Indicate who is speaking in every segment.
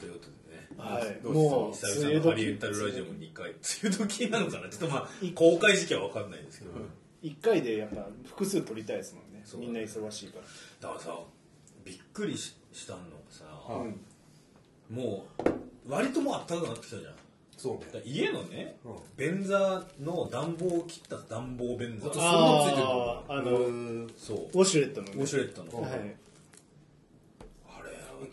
Speaker 1: ということでね、
Speaker 2: はい
Speaker 1: どう
Speaker 2: もう
Speaker 1: ですか久々のハリエンタルラジオも2回 梅雨時なのかなちょっとまあ公開時期は分かんないですけど、
Speaker 2: 一回でやっぱ複数取りたいですもんね
Speaker 1: そう
Speaker 2: みんな忙しいか
Speaker 1: だ
Speaker 2: ら
Speaker 1: からさびっくりししたのがさ、
Speaker 3: はい
Speaker 2: うん
Speaker 1: もう割ともう暖かくなってきたじゃん
Speaker 3: そう
Speaker 1: だから家のね、
Speaker 3: うん
Speaker 1: 便座の暖房を切った暖房便座
Speaker 3: あと
Speaker 1: あ
Speaker 3: そんなのついてる
Speaker 2: あーあの
Speaker 3: う
Speaker 2: ウ
Speaker 3: ーん
Speaker 1: そう
Speaker 2: ォシュレットのね
Speaker 1: ウォシュレットの、
Speaker 2: は
Speaker 1: あれ
Speaker 2: い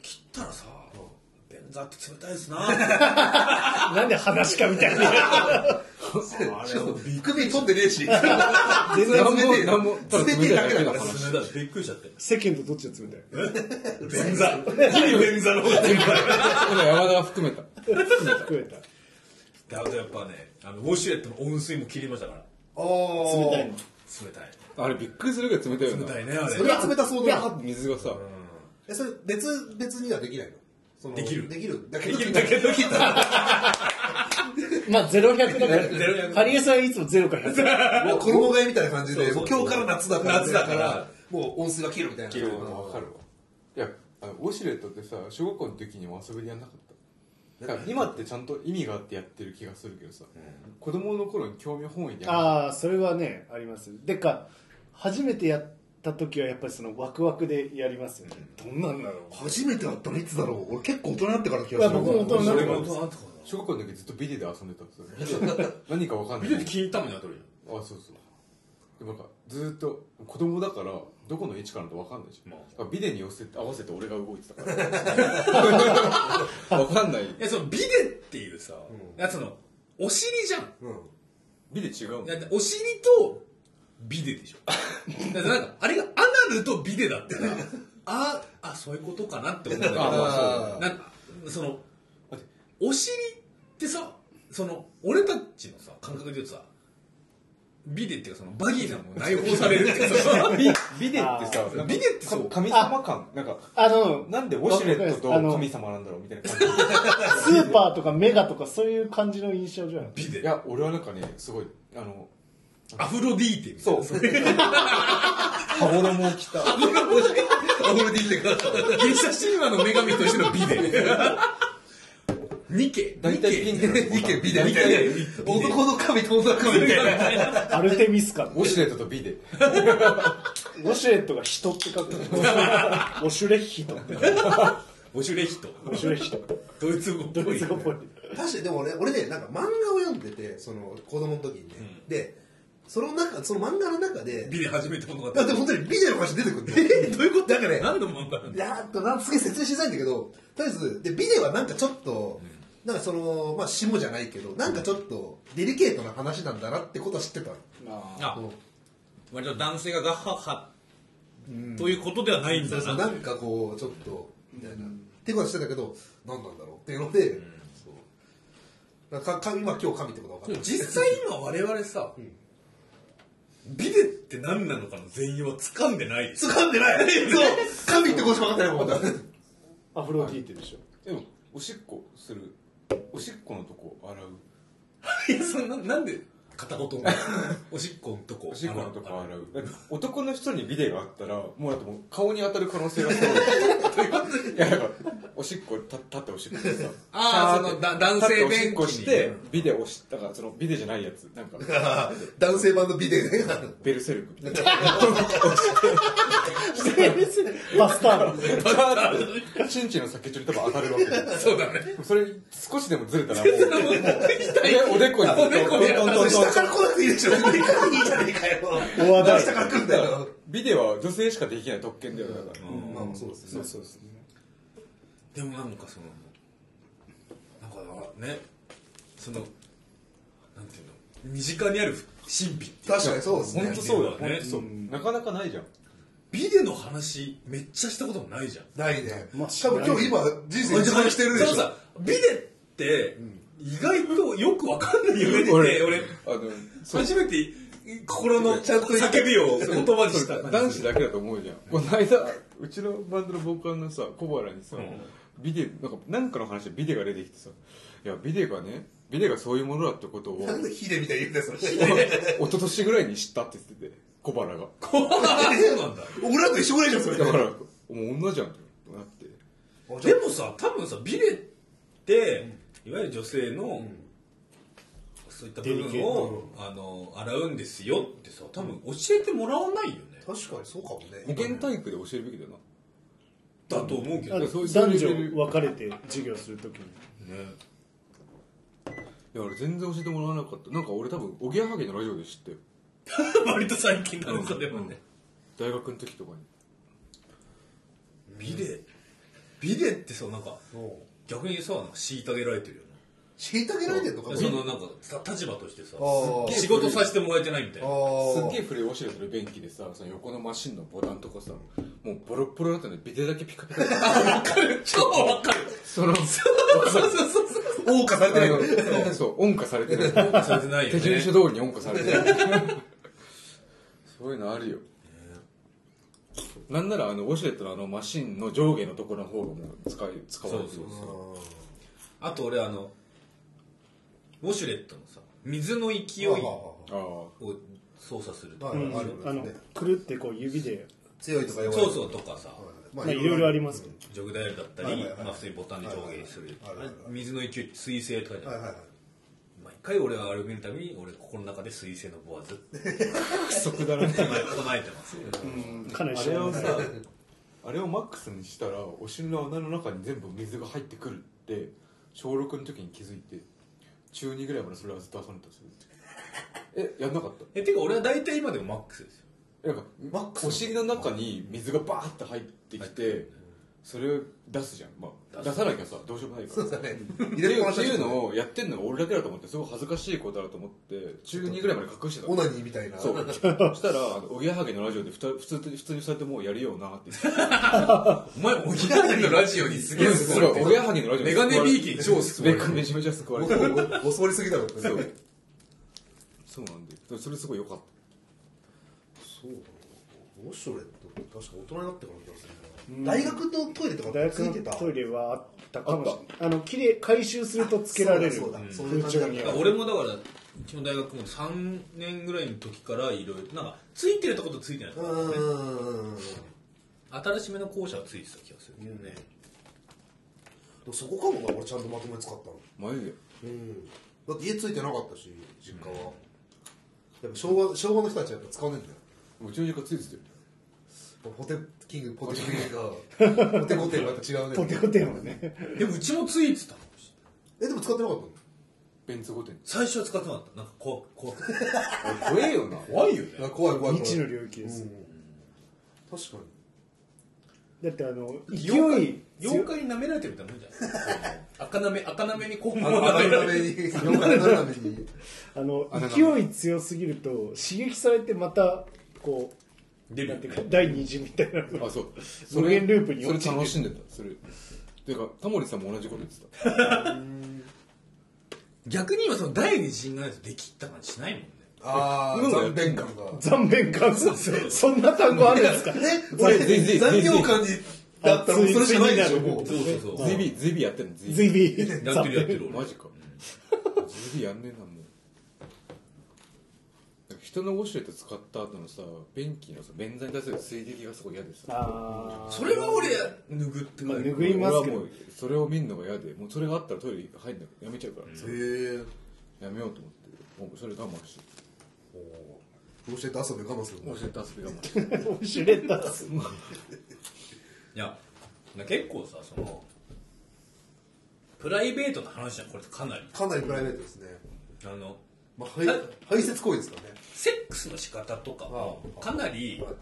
Speaker 1: 切ったらさ、
Speaker 3: う
Speaker 1: 便座って冷たいですな あ
Speaker 2: なんで話かみたいな
Speaker 3: しかも首取ってねえし
Speaker 2: 全然
Speaker 3: なんもねえな
Speaker 4: なんも
Speaker 3: つけてるだけだから
Speaker 1: れ冷たいびっくりしちゃって
Speaker 2: 世間とどっちが冷たい
Speaker 1: 便座ギリ便座の方が冷たい
Speaker 4: 今山田が含めた
Speaker 2: 食えた
Speaker 1: であとやっぱねあのウォシュレットの温水も切りましたから
Speaker 3: あー
Speaker 2: 冷たいの
Speaker 1: 冷たい
Speaker 4: あれびっくりするぐらい冷たいよな
Speaker 1: 冷たいねあれ
Speaker 3: それは冷たそうだ
Speaker 4: あ
Speaker 3: な
Speaker 4: ーって水がさ
Speaker 3: えそれ別別にはできないのその
Speaker 1: できる
Speaker 3: できるだけ
Speaker 1: で
Speaker 3: ど
Speaker 1: きるだ けど切った
Speaker 2: まあ0100だ から
Speaker 1: 0100
Speaker 2: ハリエさんはいつも0か100
Speaker 3: もう衣替えみたいな感じで
Speaker 1: そうそう
Speaker 3: もう今日から夏だから
Speaker 1: 夏だから
Speaker 3: もう温水が切るみたいな
Speaker 4: わかるわいやあのウォシュレットってさ小学校の時にも遊びでやんなかっただから今ってちゃんと意味があってやってる気がするけどさ、子供の頃に興味本位でやんなかっ
Speaker 2: ああそれはねありますでか初めてやった時はやっぱりそのワクワクでやりますよねどんなんだろ
Speaker 3: 初めて会ったのいつだろう俺結構大人になってから気
Speaker 2: ういや僕も大人になってか
Speaker 1: も
Speaker 2: ら
Speaker 1: 大人になって
Speaker 4: た小学校の時ずっとビデで遊んでたそれビデ何かわかんない
Speaker 1: から聞いたもんやとる
Speaker 4: あそうそうでもなんかずーっと子供だからどこの位置からと分かんないじゃん、
Speaker 1: まあ
Speaker 4: だからビデに寄せて合わせて俺が動いてたから 分かんない
Speaker 1: いやそのビデっていうさ、いやそのお尻じゃん
Speaker 4: ビデ違うもん
Speaker 1: だってお尻とビデでしょだからなんかあれがアナルとビデだったらああそういうことかなって思うんだけど
Speaker 4: あまあ
Speaker 3: そう
Speaker 1: なんかそのお尻ってさその俺たちのさ感覚で言うとさビデっていうかそのバギーなもん内包されるっていうかさ
Speaker 4: ビビデってさ
Speaker 2: あ
Speaker 1: ービデってそう
Speaker 4: 神様感なんか
Speaker 2: あの
Speaker 4: なんでウォシュレット
Speaker 2: あの
Speaker 4: と神様なんだろうみたいな感じ
Speaker 2: スーパーとかメガとかそういう感じの印象じ ゃない
Speaker 1: ビ
Speaker 4: い
Speaker 1: デ
Speaker 4: や俺はなんかねすごいあの
Speaker 1: アフロディーテみたい
Speaker 4: そう
Speaker 1: な
Speaker 4: 羽衣を着 た
Speaker 3: アフロディーテが
Speaker 1: ギリシャ神話の女神としての美で。ニケ。
Speaker 4: 大体ピンク の
Speaker 3: ニケビデみ
Speaker 1: ニケ
Speaker 3: たいな
Speaker 1: ビデ
Speaker 3: 男の神友の神みたいな
Speaker 2: アルテミスか
Speaker 4: ウォシュレットとビ デ
Speaker 2: ウォシュレットが人って書くウォシュレッヒトウォ
Speaker 1: ウォシュレヒト。
Speaker 2: シュレッヒト
Speaker 1: ドイツ語っぽい。
Speaker 2: ドイツ語っぽい
Speaker 3: 確かにでも俺俺ねなんか漫画を読んでてその子供の時にね、でその中その漫画の中で
Speaker 1: 美で初めて物語。
Speaker 3: だって本当にビデオの話出てくるんだよえどういうことだからね
Speaker 1: 何の漫画なん
Speaker 3: い
Speaker 1: だ
Speaker 3: やーっとなんすげえ説明しづらいんだけどとりあえずでビデオはなんかちょっと、なんかそのまあ下じゃないけどなんかちょっとデリケートな話なんだなってことは知ってたの
Speaker 1: あ
Speaker 3: そう
Speaker 1: 割と男性がガッハッハということではないん
Speaker 3: そ
Speaker 1: だ
Speaker 3: うそう
Speaker 1: な
Speaker 3: な。んかこうちょっとみたいな、ってことはしてたけど何なんだろうっていうので、そうなんか神まあ今日神ってことは分
Speaker 1: で
Speaker 3: か
Speaker 1: も
Speaker 3: った
Speaker 1: 実際今我々さ、美でって何なのかの全容は掴んでないです。
Speaker 3: 掴んでないそう神ってことしか分かってないもんまだ
Speaker 2: アフロディーテでしょ
Speaker 4: でもおしっこするおしっこのとこ洗う
Speaker 1: い や、そんな、なんで片言の おしっこのとこ。
Speaker 4: おしっこのと
Speaker 1: あの
Speaker 4: こ洗うだって男の人にビデがあったらもうだってもう顔に当たる可能性が すごいいやなんかおしっこ立立っておしっこしてさ
Speaker 1: あー
Speaker 4: さーって
Speaker 1: そのだ男性便器に
Speaker 4: 立っておしっ こしてビデ押しだからそのビデじゃないやつなん か
Speaker 3: 男性版のビデオね
Speaker 4: ベルセ ルクみたいな
Speaker 2: バスターの
Speaker 4: チンチンの先っちょに多分当たるわ けだよ
Speaker 1: そうだね。
Speaker 4: それ少しでもずれたらもうおでこに
Speaker 1: おでこに
Speaker 4: トントントントン
Speaker 3: 下から来なくていいでしょ上からでいいじゃねえかよ
Speaker 2: お話題
Speaker 3: 下から来るんだよ
Speaker 4: ビデは女性しかできない特権だよだから
Speaker 3: まあまあそうですねそうですね
Speaker 1: でもなんかそのなんかねそのなんていうの身近にある神秘っていう
Speaker 3: 確かにそうですね
Speaker 4: 本当そうだ
Speaker 1: ね
Speaker 4: よ本当そうなかなかないじゃん
Speaker 1: ビデの話めっちゃしたこともないじゃん
Speaker 3: ないね
Speaker 2: まあ
Speaker 3: 多分今日今人生一番してるでし
Speaker 1: その
Speaker 3: ょ
Speaker 1: さビデって意外とよくわかんないよねって俺
Speaker 4: あのそう
Speaker 1: 初めて心のちゃんと叫びを言葉にした
Speaker 4: 男子だけだと思うじゃんこの間うちのバンドのボーカルのさ小原にさ、ビデなんかなんかの話でビデが出てきてさいやビデがねビデがそういうものだってことを
Speaker 3: なんでヒデみたいに言うんだよそれ
Speaker 4: お一昨年ぐらいに知ったって言ってて小原が
Speaker 1: そうなんだ
Speaker 3: 俺らと一緒ぐらいじゃんそれ
Speaker 4: だからもう女じゃんってなって
Speaker 3: あじゃ
Speaker 1: で
Speaker 3: あ
Speaker 1: もさ多分さビレって、いわゆる女性の、そういった部
Speaker 2: デリケ
Speaker 1: 分
Speaker 2: ー
Speaker 1: をあの洗うんですよってさ多分教えてもらわないよね、
Speaker 3: 確かにそうかも
Speaker 4: 保
Speaker 3: ね
Speaker 4: 健体育で教えるべきだよな
Speaker 1: だと思うけど
Speaker 2: あ
Speaker 1: ね
Speaker 4: そういう
Speaker 2: 男女分かれて授業するときに
Speaker 4: いや俺全然教えてもらわなかったなんか俺多分おぎやはぎのラジオで知ってよ
Speaker 1: 割と最近だねそれもね、
Speaker 4: 大学の時とかに
Speaker 1: ビレビレってさなんか
Speaker 3: もう
Speaker 1: 逆にさなんか虐げられてるよね
Speaker 3: 虐げられてるのか
Speaker 1: そのなんかさ立場としてさ
Speaker 3: あー
Speaker 1: 仕事させてもらえてないみたいな
Speaker 4: すっ
Speaker 3: あ
Speaker 4: げえ古いオシレする便器でさその横のマシンのボタンとかさもうボロッボロだったのにビデだけピカピカ
Speaker 1: 超わかる
Speaker 4: その
Speaker 1: そうそうそうそう
Speaker 3: あ謳歌されてないの
Speaker 4: あのそう音化されてる
Speaker 1: されてないよ
Speaker 4: 手
Speaker 1: ね
Speaker 4: 順書通りに音化されてるそういうのあるよなんならあのウォシュレットのあのマシンの上下のところの方がもう使い使われてる
Speaker 1: そうそうそうあと俺あのウォシュレットのさ水の勢いを
Speaker 3: あ
Speaker 4: ああ
Speaker 1: 操作すると
Speaker 3: あ
Speaker 1: か、
Speaker 3: あ
Speaker 2: うん
Speaker 3: あ
Speaker 2: あ
Speaker 3: る
Speaker 2: の
Speaker 3: ね
Speaker 2: くるってこう指で
Speaker 3: 強いとか弱い
Speaker 1: そ
Speaker 3: と
Speaker 1: う
Speaker 3: か
Speaker 1: そうとかさ、
Speaker 3: ま
Speaker 2: まあいろいろありますけど
Speaker 1: ジョグダイヤルだったり、
Speaker 3: はいはいはい
Speaker 1: まあ、普通にボタンで上下にする、
Speaker 3: はいはいはい
Speaker 1: あれ水の勢いって水性とかじゃな、
Speaker 3: はいいはいはい
Speaker 1: 毎回俺はあれを見るたびに俺心の中で水性のボアズって
Speaker 4: 不足だな
Speaker 1: 唱え唱えてます
Speaker 2: うんかなり
Speaker 4: あ
Speaker 2: 知
Speaker 4: れ
Speaker 2: ら
Speaker 4: を
Speaker 2: な
Speaker 4: さ
Speaker 2: い
Speaker 4: あれをマックスにしたらお尻の穴の中に全部水が入ってくるって小6の時に気づいて中2ぐらいまでそれはずっと遊んでたんですよえやんなかった
Speaker 1: えてか俺は大体今でもマックスですよ
Speaker 4: なんか
Speaker 3: マックス
Speaker 4: お尻の中に水がバーって入ってきてそれを出すじゃん、まあ、出さなきゃさどうしようもないから
Speaker 3: そう
Speaker 4: さ
Speaker 3: だね
Speaker 4: って
Speaker 3: 入れ
Speaker 4: いう
Speaker 3: っぱな
Speaker 4: っ
Speaker 3: してだ
Speaker 4: い
Speaker 3: け
Speaker 4: う
Speaker 3: どね
Speaker 4: のをやってんのが俺だけだと思ってすごい恥ずかしいことだと思って中2ぐらいまで隠してた
Speaker 3: オナニーみたいな
Speaker 4: そうそ したらあのおぎやはぎのラジオでふた普通普通に2人ともやるようなって言って
Speaker 1: お前おぎやはぎのラジオにすげえすごい
Speaker 4: おぎやはぎのラジオ
Speaker 1: メガネビーキに超すごい
Speaker 4: めめちゃめちゃ救われてる
Speaker 3: 僕も教わりすぎだろって
Speaker 4: そうそうなんだよそれすごい良かっ
Speaker 3: そうだなウォシュレットって確か大人になってから見たんですよね大学のトイレとか
Speaker 2: 大
Speaker 3: つい
Speaker 2: 学
Speaker 3: て
Speaker 2: の
Speaker 3: た
Speaker 2: トイレはあったかもしれないあのきれい回収するとつけられる
Speaker 3: そうだそうだ
Speaker 2: 風潮に
Speaker 3: そういう感じだ
Speaker 1: だから俺もだからうちの大学も3年ぐらいの時からいろいろなんかついてるとことついてないと
Speaker 3: う
Speaker 1: こだったね
Speaker 3: ーん
Speaker 1: 新しめの校舎はついてた気がするけどね、
Speaker 3: でもそこかもな俺ちゃんとまとめ使ったの
Speaker 4: た眉毛
Speaker 3: うんだって家ついてなかったし実家はやっぱ昭和昭和の人たちはやっぱ使わねえんだよ
Speaker 4: うちの実家ついてたよ
Speaker 3: ポテキングポテキングが ポテコテンはやっぱ違うね
Speaker 2: とてもてもね
Speaker 1: でもうちもついてたの
Speaker 3: えでも使ってなかったの
Speaker 4: ベンツ御殿
Speaker 1: 最初は使ってなかったなんか怖く怖くて
Speaker 4: 怖えよな
Speaker 1: 怖いよね
Speaker 3: いや怖い怖い怖い
Speaker 2: 未知の領域です
Speaker 3: 確かに
Speaker 2: だってあの勢
Speaker 1: 妖
Speaker 2: い
Speaker 1: 怪妖怪に舐められてるみたいなもんじゃない赤なめ赤なめに肛門
Speaker 3: あの
Speaker 1: を舐めら
Speaker 3: 斜
Speaker 1: れ
Speaker 3: め
Speaker 1: る
Speaker 3: に4回 斜めに
Speaker 2: あの勢い強すぎると刺激されてまたこう
Speaker 1: 出る
Speaker 2: な
Speaker 1: よ
Speaker 2: んて
Speaker 1: ね
Speaker 2: いうか第二次みたいな
Speaker 4: あそう
Speaker 2: 無限ループに
Speaker 4: それ
Speaker 2: 落ちて
Speaker 4: 楽
Speaker 2: る
Speaker 4: しんでたそれてかタモリさんも同じこと言ってた
Speaker 1: 逆に今その第二陣がないとできた感じしないもんね
Speaker 3: ああ
Speaker 4: なん
Speaker 3: 残
Speaker 4: だよ
Speaker 3: 念感が
Speaker 2: 残念感想そんな単語あるんです か
Speaker 3: え
Speaker 4: 俺
Speaker 3: 俺
Speaker 4: 全然
Speaker 3: 残業感にだったらもうそれしかないでしょもう
Speaker 1: そうそうそう
Speaker 4: ゼビゼビやってんのゼ
Speaker 2: 随ビ
Speaker 1: やってるやってる
Speaker 4: マジかゼビやんねえなもうなんか人のウォシュレット使った後のさ便器のさ便座に対する水滴がすごい嫌でさ
Speaker 2: あー
Speaker 1: それは俺拭って
Speaker 2: まあ
Speaker 1: 帰る
Speaker 2: 拭いますけ
Speaker 4: 俺は
Speaker 2: ど
Speaker 4: もうそれを見るのが嫌でもうそれがあったらトイレ入んのやめちゃうから、それ
Speaker 3: へえ
Speaker 4: やめようと思ってもうそれ我慢して
Speaker 3: どうして遊び我慢する
Speaker 4: ウ
Speaker 3: の
Speaker 4: ォシュレット遊び我慢して
Speaker 2: シュレッダーです
Speaker 1: いやな結構さそのプライベートな話じゃんこれってかなり
Speaker 3: かなりプライベートですね
Speaker 1: あの
Speaker 3: まあ排排泄行為ですからね
Speaker 1: セックスの仕方とかも
Speaker 3: ああ
Speaker 1: かなり
Speaker 3: はい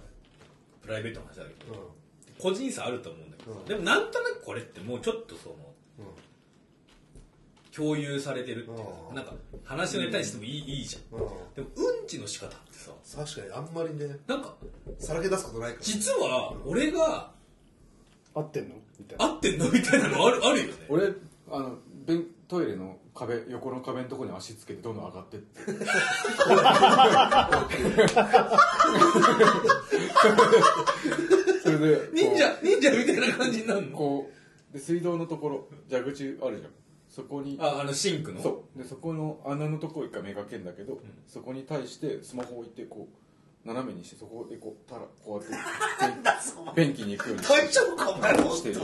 Speaker 1: プライベートな話だけ
Speaker 3: うん
Speaker 1: ど個人差あると思うんだけど
Speaker 3: うん
Speaker 1: でもなんとなくこれってもうちょっとその
Speaker 3: うん
Speaker 1: 共有されてるっていう
Speaker 3: あ
Speaker 1: か
Speaker 3: あ
Speaker 1: なんか話のネタにしてもいい,、いいじゃん
Speaker 3: うん
Speaker 1: でもうんちの仕方ってさ
Speaker 3: 確かにあんまりね
Speaker 1: なんか
Speaker 3: さらけ出すことないから
Speaker 1: 実は俺が
Speaker 2: 合ってんのみたいな
Speaker 1: 合ってんのみたいなのある あるよね
Speaker 4: 俺あの便トイレの壁横の壁のところに足つけてどんどん上がってって それでこう
Speaker 1: 忍者忍者みたいな感じになるの
Speaker 4: こうで水道のところ蛇口あるじゃんそこに
Speaker 1: ああのシンクの
Speaker 4: そうでそこの穴のとこ一回めがけんだけど、そこに対してスマホ置いてこう斜めにしてそこでこうたらこうやって便便器に行くように
Speaker 3: 大丈夫かお前ら
Speaker 4: してるよ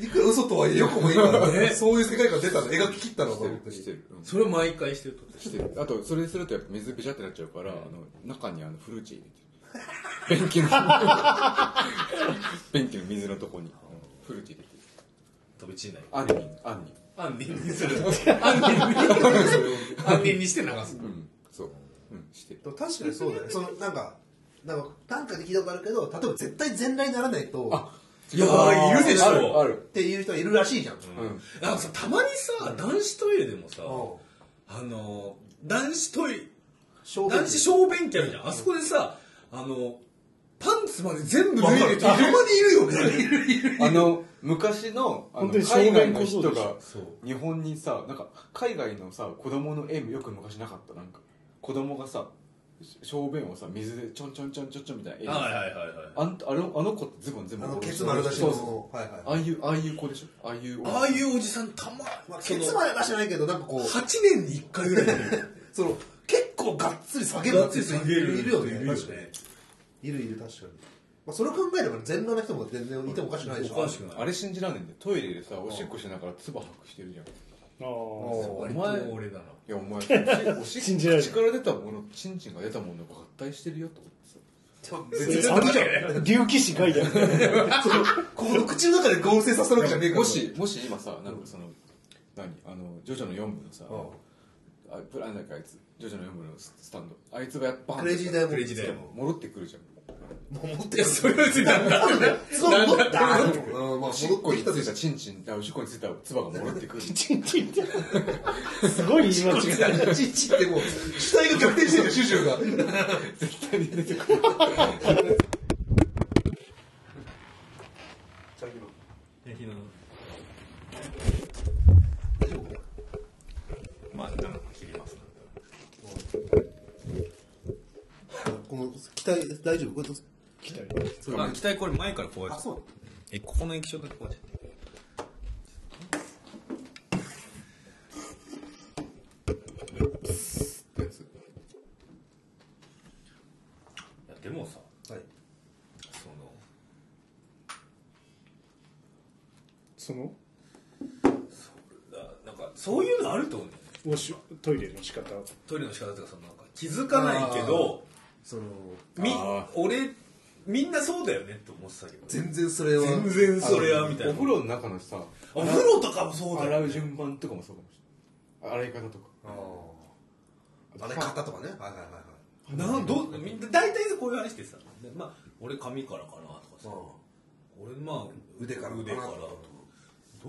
Speaker 3: いくら嘘とはいえよくもいいからね
Speaker 1: ね
Speaker 3: そういう世界観出たの描き切ったの
Speaker 4: して
Speaker 3: 本
Speaker 4: る
Speaker 3: 当に
Speaker 4: してるうん
Speaker 1: それを毎回してると
Speaker 4: してるあとそれするとやっぱ水べちゃってなっちゃうから、あの中にあのフルーチェ入れてる便器 の便器の水のとこにフルーチェ入れてる
Speaker 1: 飛び散らない
Speaker 4: あんにあんに
Speaker 1: 安寧にする安寧に安寧にして流す
Speaker 4: うんそう、うん、してる
Speaker 3: でも確かにそうだよねそのなんかなんか短歌で聞いたことあるけど例えば絶対全裸にならないと
Speaker 1: いやーいるでしょ
Speaker 4: あるある
Speaker 3: っていう人がいるらしいじゃん、
Speaker 4: うん
Speaker 1: なんかさたまにさ男子トイレでもさ
Speaker 3: うん
Speaker 1: あのー男子トイレ
Speaker 3: 小
Speaker 1: 男子小便器あるじゃんあそこでさあのパンツまで全部脱いでる人
Speaker 3: わ
Speaker 1: た
Speaker 3: かる
Speaker 1: まにいるよね
Speaker 4: あの昔のあの
Speaker 2: 本当に
Speaker 4: 海外の
Speaker 2: 小
Speaker 4: 人
Speaker 2: 便小僧でし
Speaker 4: が
Speaker 2: ょ
Speaker 1: そう
Speaker 4: 日本にさなんか海外のさ子供の絵もよく昔なかったなんか子供がさし小便をさ水でちょんちょんちょんちょんちょんみたいな絵に
Speaker 1: はい
Speaker 4: さ
Speaker 1: はいはいはい
Speaker 4: あんあのあの子ってズボン全部
Speaker 3: あの
Speaker 4: 下ろ
Speaker 3: ケ
Speaker 4: して
Speaker 3: ツ丸出し
Speaker 4: そ
Speaker 3: の
Speaker 4: うそう
Speaker 3: はいはい
Speaker 4: ああいうああいう子でしょああいう
Speaker 1: ああいううおじさんたま
Speaker 3: まあ、
Speaker 1: そ
Speaker 3: ケ
Speaker 1: の
Speaker 3: ツ丸出してないけどなんかこう
Speaker 1: 8年に1回ぐらいだよね
Speaker 3: その結構がっつり下げるやついるよね
Speaker 1: いるよ
Speaker 3: 確かに
Speaker 1: ね
Speaker 3: いるいる確かに、まあ、それを考えれば全裸の人も全然いてもおかしくないでしょ
Speaker 1: おかしくない
Speaker 4: あれ信じらんねんでトイレでさおしっこしながら唾吐くしてるじゃん
Speaker 2: あー
Speaker 3: お
Speaker 1: 割
Speaker 3: 前
Speaker 1: と俺だない
Speaker 4: やお前お し
Speaker 2: 信
Speaker 4: っ
Speaker 2: じ
Speaker 4: こ
Speaker 2: られない
Speaker 4: 口から出たものチンチンが出たものが合体してるよと思ってさ
Speaker 3: 全然
Speaker 2: あれじゃん竜騎士ガイだよね
Speaker 3: そのこの口の中で合成させるわけじゃねえから
Speaker 4: もしもし今さなんかその何あのジョジョの4部のさ
Speaker 3: うん
Speaker 4: あプラなんかあいつジョジョの4部のススタンドあいつがやっぱ
Speaker 3: クレイジーダイヤモンド
Speaker 1: クレイジーダイヤモン
Speaker 4: 戻ってくるじゃん
Speaker 3: もう持っ
Speaker 1: い
Speaker 3: て
Speaker 1: やそれは別になんだ
Speaker 3: そう思った
Speaker 1: なんだ
Speaker 3: うんまあ
Speaker 4: おしっ
Speaker 3: 戻っ
Speaker 4: こ
Speaker 3: て
Speaker 4: に
Speaker 3: きた
Speaker 4: つ
Speaker 3: で
Speaker 4: い
Speaker 3: した
Speaker 4: チンチンあおしっこについた唾が戻って くる
Speaker 2: チンチンってすごい言い間違い
Speaker 3: ょちっちってもう死体が確定してるシュシュが
Speaker 4: 絶対に出てくる
Speaker 1: まあ、なんか切ります
Speaker 3: この機体大丈夫これ
Speaker 2: 来たよ
Speaker 1: あ、機体これ前からこうや
Speaker 3: あ
Speaker 1: って
Speaker 3: そう
Speaker 1: え、ここの液晶だけこうやっていやでもさ、
Speaker 3: はい
Speaker 1: その、
Speaker 2: その
Speaker 1: ななんか、そういうのあると思うんだよね。
Speaker 2: ウォッシュトイレの仕方
Speaker 1: トイレの仕方とか、そのなんか、気づかないけど、
Speaker 3: その
Speaker 1: み
Speaker 4: あ、
Speaker 1: 俺、みんなそうだよねって思ってたけど。
Speaker 3: 全然それは
Speaker 1: 全然それはみたいな
Speaker 4: お風呂の中のさ
Speaker 1: お風呂とかもそうだよ
Speaker 4: 洗う順番とかもそうかもしれない洗い方とか
Speaker 3: あああれ買ったとかねはいはいはいはい
Speaker 1: などみんな大体こういう話でさ、でまあ、俺髪からかなとかさ、俺まあ
Speaker 3: 腕からかな
Speaker 1: 腕から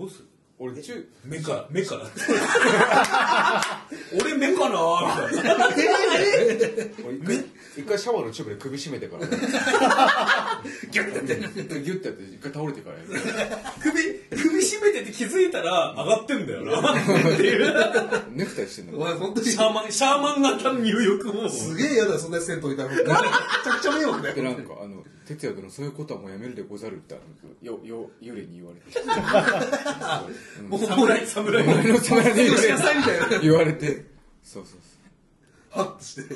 Speaker 1: どうする
Speaker 4: 俺中
Speaker 1: 目から目から俺目かなみたいな
Speaker 4: 俺一回一回シャワーのチューブで首絞めて からギュッてやってギュッてやって一回倒れてからやる
Speaker 1: 首首絞めてて気づいたら上がってんだよなっていう
Speaker 4: ネクタイしてんの
Speaker 3: お前本当に
Speaker 1: シャーマンシャーマン型の入浴も
Speaker 3: すげえ嫌だよそんなやつ銭湯い たらめちゃくちゃ迷惑だ
Speaker 4: で
Speaker 3: よ
Speaker 4: なんかあの「哲也殿そういうことはもうやめるでござる」ってあのよよ幽霊に言われて
Speaker 3: もうもう
Speaker 1: 侍侍
Speaker 4: お前の隣で
Speaker 3: どうしなさいみたいな
Speaker 4: 言われてそうそうそう
Speaker 3: ハッとして
Speaker 4: そ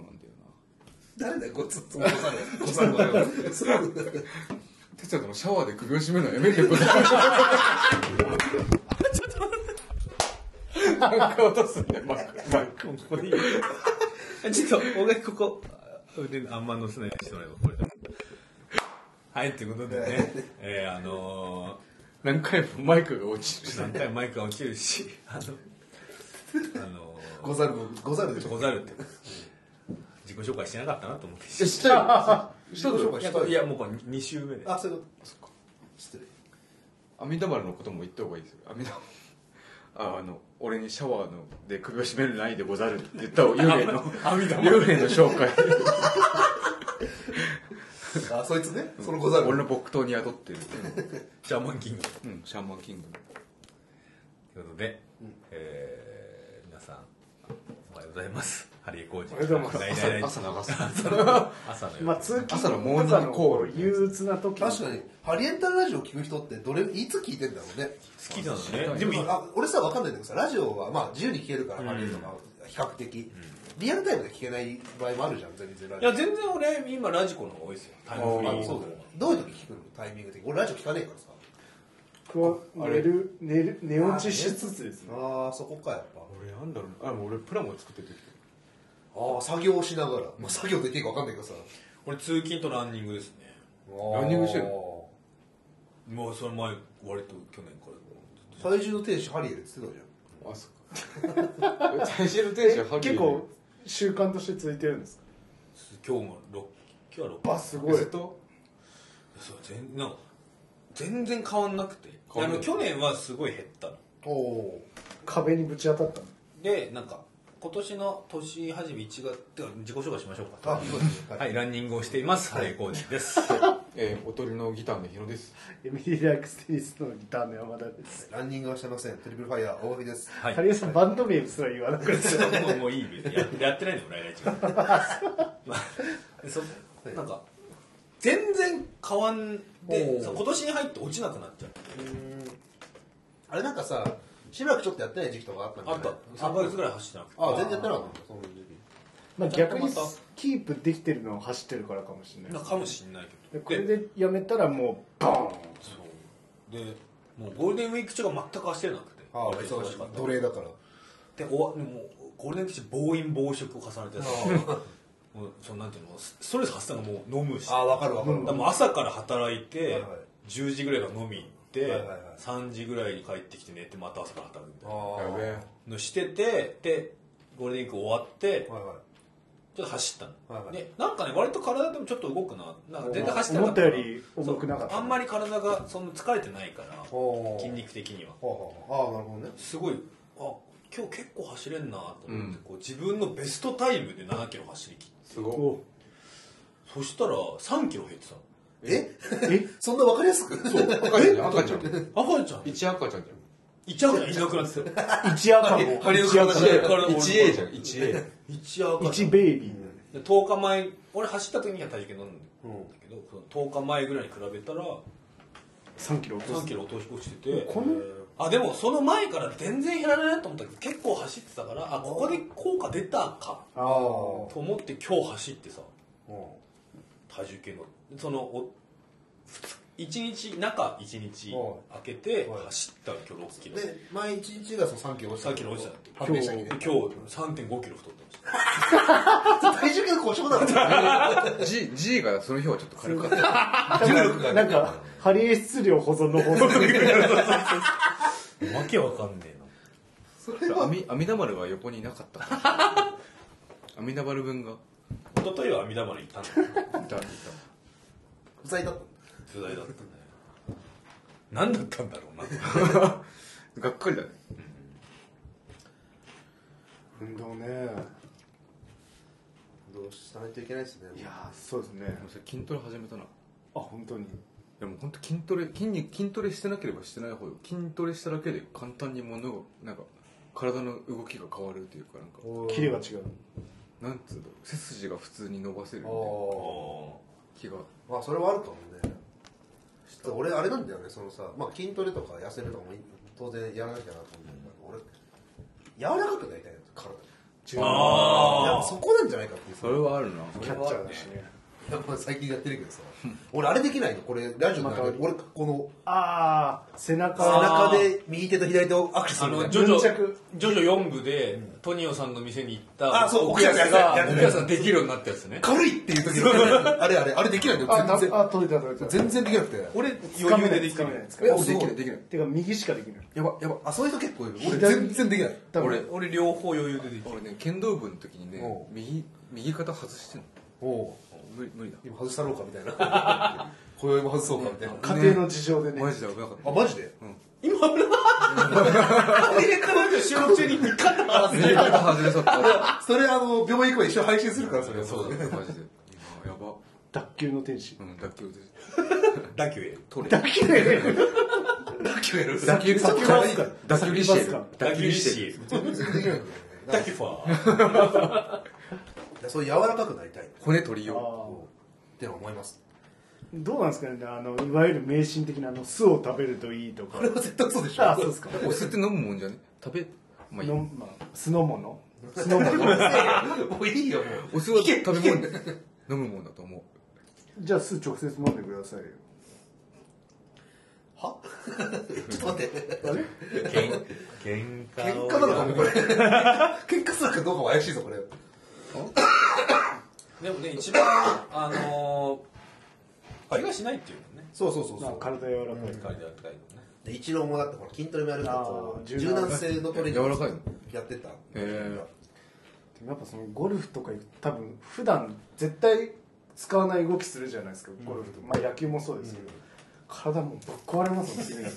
Speaker 4: うなんだよな
Speaker 3: 誰だよこいつごさんごさんごさ んそう
Speaker 4: 哲也殿シャワーで首を絞めるのはやめるでござる ちょっと待ってなんか落とすんだよマックマック
Speaker 1: ここにちょっと俺ここ腕あんま乗せないようにしてもらえばこれはいということでねえー、あのー、
Speaker 4: 何回もマイクが落ちる
Speaker 1: 何回もマイクが落ちるし、あの、あの、
Speaker 3: ござるのござるでしょ
Speaker 1: ござるって。自己紹介してなかったなと思って。
Speaker 4: えしたよ
Speaker 3: 自己紹介
Speaker 1: い
Speaker 3: し
Speaker 1: や、こ
Speaker 3: たよ
Speaker 1: れいやもうこれ2週目で。
Speaker 3: あそういうことそっか失礼
Speaker 4: 網戸丸のことも言った方がいいですよ網戸ああの俺にシャワーので首を絞めるないでござるって言った方が幽霊の幽霊の紹介
Speaker 3: あそいつねそのござる
Speaker 4: 俺の木刀に宿ってる、
Speaker 1: シャーマンキング。とい
Speaker 4: うんシャーマンキング
Speaker 1: うことで、えー皆さん、おはようございます。ハリーコーチ。
Speaker 2: おはようござ
Speaker 1: い
Speaker 4: 朝朝流す
Speaker 1: 朝の
Speaker 2: まあ
Speaker 1: よ。
Speaker 2: 通勤
Speaker 4: 朝のモーニングコール
Speaker 2: 朝の憂鬱な時
Speaker 3: 確かにハリエンタルラジオ聞く人ってどれいつ聞いてんだろうね
Speaker 1: 好きなのね。でも、
Speaker 3: あ俺さわかんないんだけどさラジオはまあ自由に聞けるから、ハリエンとか比較的リアルタイムで聞けない場合もあるじゃん全然ラ
Speaker 1: い
Speaker 3: ジオ
Speaker 1: や全然俺今ラジコの方が多いですよタイムフリ
Speaker 4: あ
Speaker 1: ー
Speaker 4: そう
Speaker 1: だよ
Speaker 3: どういう時聞くのタイミング的に俺ラジオ聞かねえからさ
Speaker 2: 僕は
Speaker 4: あ
Speaker 2: 寝
Speaker 4: れ
Speaker 2: る寝る寝落ちしつつですね
Speaker 3: ああそこかやっぱ
Speaker 4: 俺なんだろうなあもう俺プラモ作ってる時
Speaker 3: ああ作業しながら、まあ、作業と言っていいか分かんないけどさ
Speaker 1: 俺通勤とランニングですね
Speaker 4: ランニングしてる
Speaker 3: の
Speaker 1: もうそれ前割と去年から
Speaker 3: 体重の天使ハリエルって言ってたじゃん
Speaker 4: あそっか体重のテンションはっきり
Speaker 2: 結構習慣として続いてるんですか
Speaker 1: 今日も六今日は6
Speaker 2: あすごい
Speaker 4: ずっと
Speaker 1: そう全なんか全然変わんなくて
Speaker 4: 変
Speaker 1: あ
Speaker 4: わんない
Speaker 1: の去年はすごい減ったの
Speaker 3: おお
Speaker 2: 壁にぶち当たったの
Speaker 1: でなんか今年の年始め1月てか自己紹介しましょうか
Speaker 3: あそうですね
Speaker 1: はい、ランニングをしています。はい、コーチです。
Speaker 4: えー、おとりのギターの日野です
Speaker 2: エミリー・ラックス・テニスのギターの山田です
Speaker 3: ランニングはしてませんトリプルファイヤー大垣です
Speaker 1: はい。
Speaker 2: ハリエさんバンド名すら言わなくて
Speaker 1: もうもういいですややってないんで俺来来ちゃうまあそなんか全然変わん
Speaker 3: お
Speaker 1: で
Speaker 3: ー
Speaker 1: そう今年に入って落ちなくなっちゃって
Speaker 3: あれなんかさしばらくちょっとやってない時期とかあったんじゃ
Speaker 1: あ
Speaker 3: な
Speaker 1: っ
Speaker 3: い
Speaker 1: た3ヶ月ぐらい走ってなくて
Speaker 3: あ全然やってなかったその時期
Speaker 2: まあ
Speaker 1: ちょっと
Speaker 2: 逆
Speaker 1: ま
Speaker 2: に
Speaker 1: た
Speaker 2: キープできてるのを走ってるからかもしれない
Speaker 1: なかもしんないけ
Speaker 2: で
Speaker 1: ど
Speaker 2: これでやめたらもうバーン
Speaker 1: そうでもうゴールデンウィーク中が全く走れなくて
Speaker 3: ああ忙しい奴隷だから
Speaker 1: で終わでもうゴールデンウィーク中暴飲暴食を重ねてさ もうそのなんていうのストレス発散がもう飲むし
Speaker 3: ああ分かる分かる
Speaker 1: だからもう朝から働いて、
Speaker 3: はいはい
Speaker 1: 10時ぐらいから飲み行って、
Speaker 3: はいはいはい
Speaker 1: 3時ぐらいに帰ってきて寝てまた朝から働くみたい
Speaker 4: や
Speaker 3: ああ
Speaker 4: べえ
Speaker 1: なのしててでゴールデンウィーク終わって、
Speaker 3: はいは
Speaker 1: ちょっと走ったの、
Speaker 3: はいはい
Speaker 1: でなんかね割と体でもちょっと動くななんか全然走ってな
Speaker 2: 思
Speaker 1: かっ
Speaker 2: っ
Speaker 1: たた
Speaker 2: より重くなかっ
Speaker 1: そう
Speaker 2: た
Speaker 1: あんまり体がそんな疲れてないから
Speaker 3: い
Speaker 1: 筋肉的には
Speaker 3: はあはあああなるほどね
Speaker 1: すごいあ今日結構走れんなと思って、こう自分のベストタイムで7キロ走りきって
Speaker 4: すご
Speaker 2: お
Speaker 1: そしたら3キロ減ってたの
Speaker 3: え
Speaker 2: え
Speaker 3: そんな分かりやすく
Speaker 4: い赤ちゃん赤ちゃん
Speaker 1: 赤ちゃん
Speaker 4: 一赤ちゃんじ
Speaker 1: いちゃういなくなってたよ
Speaker 2: 一夜間も
Speaker 3: ハリエの
Speaker 2: 一夜
Speaker 3: 話
Speaker 2: 間
Speaker 4: ゃん
Speaker 2: も
Speaker 1: だから俺
Speaker 4: 1A じゃん 1A
Speaker 1: 一夜赤ち
Speaker 2: 一
Speaker 1: ゃん
Speaker 2: ベイビー
Speaker 1: で10日前俺走った時には体重計飲んだんだ
Speaker 3: うん
Speaker 1: けど、その10日前ぐらいに比べたら
Speaker 2: 3キロ落と
Speaker 1: 3
Speaker 2: す
Speaker 1: キロ落とし落ちてて
Speaker 2: この
Speaker 1: あでもその前から全然減らないなと思ったけど結構走ってたからあここで効果出たか
Speaker 2: ああ
Speaker 3: あ
Speaker 1: と思って今日走ってさ
Speaker 3: あ
Speaker 1: 体重計のそのお1日中1日
Speaker 3: は
Speaker 1: 開けて
Speaker 3: はい
Speaker 1: 走ったら今日6キロで
Speaker 3: で毎日1がそう3キロ落ちた
Speaker 1: 3キロ落ちたって
Speaker 3: 判明した日ね
Speaker 1: 今日3 5キロ太ってました
Speaker 3: 体重計の故障だろ
Speaker 4: G, G がその日はちょっと軽 かった
Speaker 2: なんかハリエ質量保存の法則
Speaker 1: わけわかんねえな
Speaker 3: それは
Speaker 4: 阿弥阿弥陀丸は横にいなかったから阿弥陀丸分が
Speaker 1: 一昨日は阿弥陀丸行ったんだけど
Speaker 4: いたい
Speaker 3: 不在だ
Speaker 1: 不在だったね何だったんだろうな
Speaker 4: たがっかりだね
Speaker 2: 運動ね
Speaker 3: どうしないといけないですね
Speaker 2: いやーそうですね
Speaker 4: でもそれ筋トレ始めたない
Speaker 2: あ本当に
Speaker 4: やもう本当筋トレ筋肉筋トレしてなければしてないほど筋トレしただけで簡単に物がなんか体の動きが変わるというかなんか
Speaker 2: キレが違う
Speaker 4: なんつうの背筋が普通に伸ばせるみ
Speaker 3: あ
Speaker 4: たいな
Speaker 3: あ
Speaker 4: 気が
Speaker 3: まあそれはあるかもねちょっと俺あれなんだよねそのさ、まあ、筋トレとか痩せるとかも当然やらなきゃなと思うんだけど俺柔らかくなりたいな体
Speaker 2: 柔
Speaker 1: あー
Speaker 3: やっぱそこなんじゃないかっていう
Speaker 4: それはあるな
Speaker 2: キャッチャーだしね
Speaker 3: やっぱ最近やってるけどさ 俺あれできないのこれラジオの中で俺この
Speaker 2: ああ背中
Speaker 3: 背中で右手と左手を握手す
Speaker 1: あ
Speaker 3: るみ
Speaker 1: の
Speaker 3: たい
Speaker 1: ジ
Speaker 3: な
Speaker 1: ョジ
Speaker 2: ヌンチ
Speaker 1: ョ
Speaker 2: ャク
Speaker 1: ジョジョ4部で、トニオさんの店に行った
Speaker 3: あそう
Speaker 1: 奥安
Speaker 3: 奥安や
Speaker 1: が
Speaker 3: って
Speaker 1: 奥
Speaker 3: た
Speaker 1: 安さんできるようになったやつね
Speaker 3: 軽いっていう時のあれあれあれできないの
Speaker 2: あ
Speaker 3: 全然
Speaker 2: なあ取れた取れた
Speaker 3: 全然できなくて
Speaker 1: 俺
Speaker 2: つか
Speaker 1: 余
Speaker 2: め
Speaker 1: 裕
Speaker 2: ない
Speaker 1: ででき
Speaker 2: つ
Speaker 1: て
Speaker 2: かめない
Speaker 1: る
Speaker 2: つかめ
Speaker 4: え
Speaker 2: ない
Speaker 4: 俺できないできない
Speaker 2: てか右しかできない
Speaker 4: やばやば
Speaker 3: あそういう人結構いる俺
Speaker 2: 左
Speaker 3: 全然できない
Speaker 2: 多分
Speaker 4: 俺
Speaker 1: 俺両方余裕でできる
Speaker 4: 俺ね剣道部の時にね
Speaker 3: おう
Speaker 4: 右右肩外してんの
Speaker 3: おお
Speaker 4: 無理無理だ
Speaker 3: 今外したろうかみたいな 今宵も外そうかみたいな
Speaker 2: 家庭の事情でね
Speaker 4: マジで危なかった
Speaker 3: あマジで
Speaker 1: 今俺アメリカの収録中に味方が
Speaker 4: 右肩外れそうだった
Speaker 3: それあの病院行くまで一緒に配信するからそれ
Speaker 4: そうだねマジであやば
Speaker 2: 卓球の天使
Speaker 4: うん脱臼で
Speaker 1: だけ言
Speaker 4: 取れ
Speaker 2: 卓球で
Speaker 3: だけ
Speaker 4: 脱臼
Speaker 3: ど
Speaker 2: 先
Speaker 4: かわ
Speaker 2: 先
Speaker 4: いい
Speaker 2: 先
Speaker 4: 脱臼リシエ
Speaker 2: 先
Speaker 4: ル
Speaker 2: 先
Speaker 1: ダキュリシ
Speaker 3: だ
Speaker 1: ダキファ ー
Speaker 3: からそういう柔らかくなりたい
Speaker 4: 骨取り
Speaker 2: あ
Speaker 4: よ
Speaker 2: ー
Speaker 3: って思います
Speaker 2: どうなんですかねあのいわゆる迷信的なあの酢を食べるといいとか
Speaker 3: これは絶対嘘でしょ
Speaker 2: あそうですか
Speaker 4: うお酢って飲むもんじゃね食べまあいい
Speaker 2: の、まあ、酢の物
Speaker 3: スノボ もういいよもう
Speaker 4: お酢は食べ 物で飲むもんだと思う
Speaker 2: じゃあ酢直接飲んでくださいよ
Speaker 3: は ちょっと待って
Speaker 2: あれ
Speaker 5: 喧嘩
Speaker 3: 喧
Speaker 5: を
Speaker 3: 嘩なのかもこれ喧嘩するかどうかも怪しいぞこれ
Speaker 1: でもね一番あのー怪我しないっていうもんね
Speaker 3: そうそうそう
Speaker 2: まあ
Speaker 3: そ
Speaker 2: 体柔らかい
Speaker 1: 体であったりもね
Speaker 3: うで一郎もだってほら筋トレもやるから
Speaker 2: あー
Speaker 3: こう柔
Speaker 2: 柔軟
Speaker 3: 軟性のトレーニング
Speaker 4: 柔らかいの
Speaker 3: やってたへ
Speaker 4: え
Speaker 2: やっぱそのゴルフとか多分普段絶対使わない動きするじゃないですかゴルフとか、まあ野球もそうですけど、体もうぶっ壊れますもんね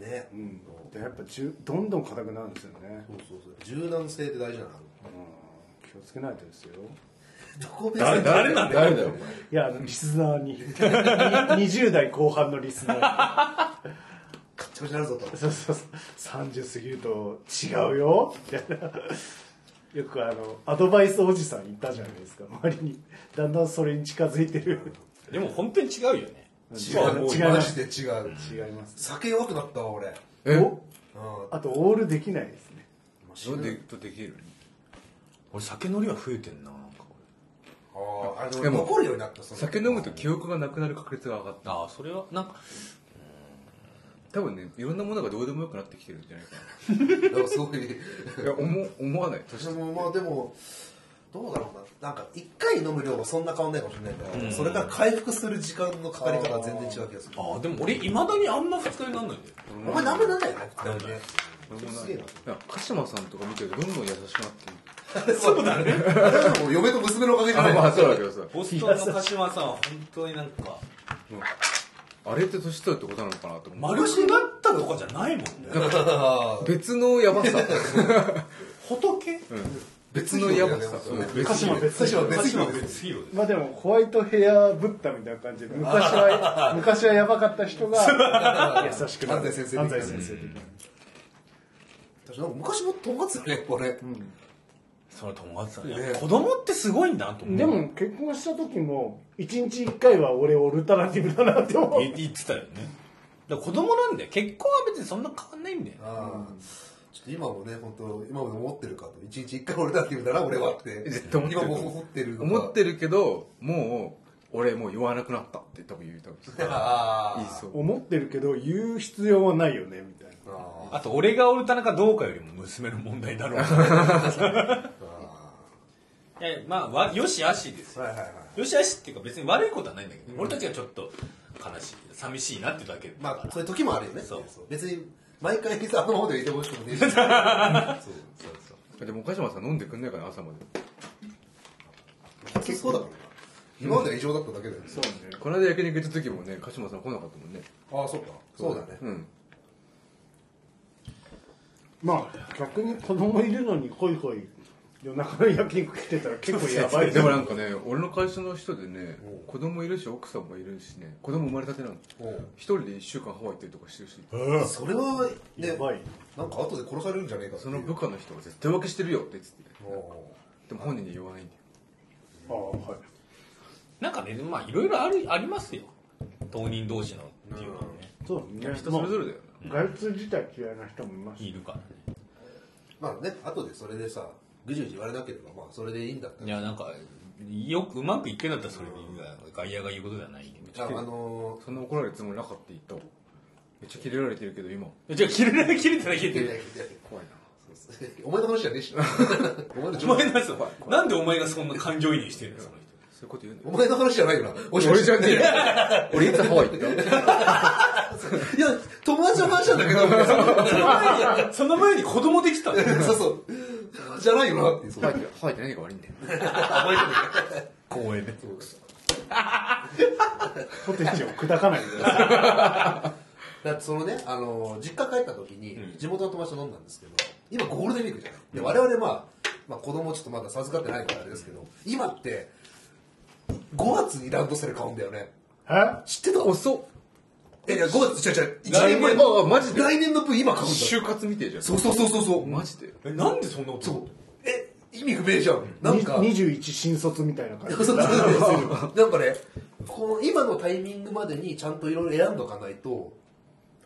Speaker 3: ね
Speaker 2: うんでやっぱじゅどんどん硬くなるんですよね、
Speaker 3: そうそうそう柔軟性って大事なの
Speaker 2: うん、気をつけないとですよ
Speaker 3: どこ目
Speaker 1: 誰
Speaker 3: 線
Speaker 1: 誰なんだよ
Speaker 4: 誰だよお前
Speaker 2: いやリスナーに 20代後半のリスナーに
Speaker 3: カッチコチになるぞと
Speaker 2: そうそうそう30過ぎると違うよみたいな よくあのアドバイスおじさんいたじゃないですか周りにだんだんそれに近づいてる
Speaker 1: でも本当に違うよね
Speaker 3: 違
Speaker 2: まあ
Speaker 3: う
Speaker 2: 違い
Speaker 3: マ
Speaker 2: ま
Speaker 3: ジ
Speaker 2: す
Speaker 3: で違う
Speaker 2: 違います
Speaker 3: 酒弱くなったわ俺う
Speaker 4: え
Speaker 3: ん
Speaker 2: おあとオールできないですね
Speaker 4: どうでとできる
Speaker 1: 俺酒乗りは増えてんな
Speaker 3: あああれ
Speaker 4: で
Speaker 3: で
Speaker 4: も
Speaker 3: も残るようになったその
Speaker 4: 酒飲むと記憶がなくなる確率が上がった
Speaker 1: ああそれはなんか
Speaker 4: 多分ねいろんなものがどうでもよくなってきてるんじゃないか
Speaker 3: でもすご い
Speaker 4: ないや思思わない
Speaker 3: 私もまあでもどうだろうななんか一回飲む量はそんな変わんないかもしれないけど、
Speaker 1: うん
Speaker 3: それから回復する時間のかかり方は全然違う気がする
Speaker 1: ああでも俺いまだにあんま二日になんないんだよ
Speaker 3: お前何もなんないよね普通にね
Speaker 4: 俺も
Speaker 3: す
Speaker 4: な
Speaker 3: げ
Speaker 4: い
Speaker 3: え
Speaker 4: いや鹿島さんとか見てるとどんどん優しくなってる
Speaker 3: そうだねあれはもう嫁と娘のおかげじゃ
Speaker 4: あ
Speaker 3: な い
Speaker 4: まあそうだけどさ
Speaker 1: ボストンの鹿島さんは本当になんか
Speaker 4: あれって年取るってことなのかなと思う
Speaker 1: 丸くなったとかじゃないもんね
Speaker 4: 別のヤ バさ
Speaker 1: 仏
Speaker 4: 別のヤバさ
Speaker 3: 別の
Speaker 4: うん別
Speaker 2: 鹿島別
Speaker 3: 最初は別
Speaker 1: 鹿
Speaker 3: に
Speaker 1: 島別ヒーローです
Speaker 2: まあでもホワイトヘアブッダみたいな感じで昔は 昔はやばかった人 が優しくなる
Speaker 3: 安西先生的な
Speaker 2: 安西先生的な
Speaker 3: 私なんか昔もとんかつよね俺、
Speaker 1: それ友達さん
Speaker 3: ね
Speaker 1: 子供ってすごいんだなと思う
Speaker 2: でも結婚した時も一日一回は俺オルタナティブだなって思う
Speaker 1: い言ってたよねだから子供なんだよ結婚は別にそんな変わんないんだよ
Speaker 3: ああちょっと今もね本当今も思ってるかと一日一回俺だって言うたら俺はって
Speaker 4: 絶対思ってる
Speaker 3: 今も思ってるのか
Speaker 4: 思ってるけどもう俺もう言わなくなったって多分言う多分
Speaker 3: ああ
Speaker 4: 言いそう
Speaker 2: 思ってるけど言う必要はないよねみたいな
Speaker 3: あ
Speaker 1: あと俺がオルタナかどうかよりも娘の問題だ ろういやまあわよしあしです
Speaker 3: あ
Speaker 1: よ
Speaker 3: はいはいはい
Speaker 1: よしあしっていうか別に悪いことはないんだけど、俺たちがちょっと悲しい寂しいなってだけだから
Speaker 3: まあそういう時もあるよね
Speaker 1: そう
Speaker 3: 別に毎回さあの方でいてほしくもねえしそう
Speaker 1: そうそう
Speaker 4: でも岡島さん飲んでくんないかな朝まで
Speaker 3: 結構だからな今までが異常だっただけだよね
Speaker 2: そうね
Speaker 4: この間焼肉行った時もね鹿島さん来なかったもんね
Speaker 3: ああそうかそうだね
Speaker 4: うん
Speaker 2: まあ逆に子供いるのにホイホイ夜中の焼肉来てたら結構やばい
Speaker 4: でもなんかね俺の会社の人でね子供いるし奥さんもいるしね子供生まれたてなの
Speaker 3: おう
Speaker 4: 一人で1週間ハワイ行ったりとかしてるし
Speaker 3: それはね
Speaker 2: やばい
Speaker 3: なんか後で殺されるんじゃねえかって
Speaker 4: そ
Speaker 3: い
Speaker 4: うの部下の人が絶対浮気してるよって言ってて
Speaker 3: おう
Speaker 4: でも本人に言わないんだよ
Speaker 2: ああはい
Speaker 1: なんかねまあいろいろあるありますよ当人同士のっていうのはね、
Speaker 2: そうだね
Speaker 4: 人それぞれだよ
Speaker 2: 外通自体嫌いな人もいます
Speaker 1: いるからね
Speaker 3: まあね後でそれでさぐじゅぐじゅ言われなければまあそれでいいんだった
Speaker 1: い
Speaker 3: ら
Speaker 1: やなんかよくうまくいってんだったらそれでいいんだよ外野が言うことじゃないけど
Speaker 3: じゃああの
Speaker 4: なそんな怒られるつもりなかったって言ったわめっちゃキレられてるけど今
Speaker 1: じゃあ切れない切れてない切れ
Speaker 3: ー
Speaker 1: て
Speaker 3: い
Speaker 1: な
Speaker 3: や
Speaker 1: い
Speaker 3: いやいや
Speaker 4: 怖いな
Speaker 3: そう そうお前の話じゃねえしお前の
Speaker 1: お前なんですよなんでお前がそんな感情移入してるのその人
Speaker 4: そういうこと言うんだよ
Speaker 3: お前の話じゃないよな
Speaker 4: 俺じゃねえ
Speaker 3: い
Speaker 4: よ俺いつハワイ行った
Speaker 3: や友達の話なんだけどみたいな
Speaker 1: その前にその前に子供できた の
Speaker 3: そうそう。じゃないよなって。
Speaker 4: ハワイってハワイって何が悪いんだよ
Speaker 1: 公園で
Speaker 2: ポテチを砕かないでください
Speaker 3: だってそのね、あのー、実家帰った時に、地元の友達と飲んだんですけど、今ゴールデンウィークじゃない。で、我々まあ、まあ子供ちょっとまだ授かってないからあれですけど、今って、5月にランドセル買うんだよね。
Speaker 2: え
Speaker 3: 知ってた
Speaker 4: 遅っ
Speaker 3: え、いや、5月、違う違う、
Speaker 4: 来
Speaker 3: 1
Speaker 4: 年
Speaker 3: 年前
Speaker 4: ああマジで
Speaker 3: 来年の分今買うんだ。
Speaker 4: 就活みてえじゃん
Speaker 3: そうそうそうそうそう。
Speaker 4: マジで
Speaker 1: えなんでそんなこと
Speaker 3: そう。え、意味不明じゃん。なんか。
Speaker 2: 21新卒みたいな 感じ
Speaker 3: そうそうそうなんかねこの今のタイミングまでにちゃんといろいろ選んどかないと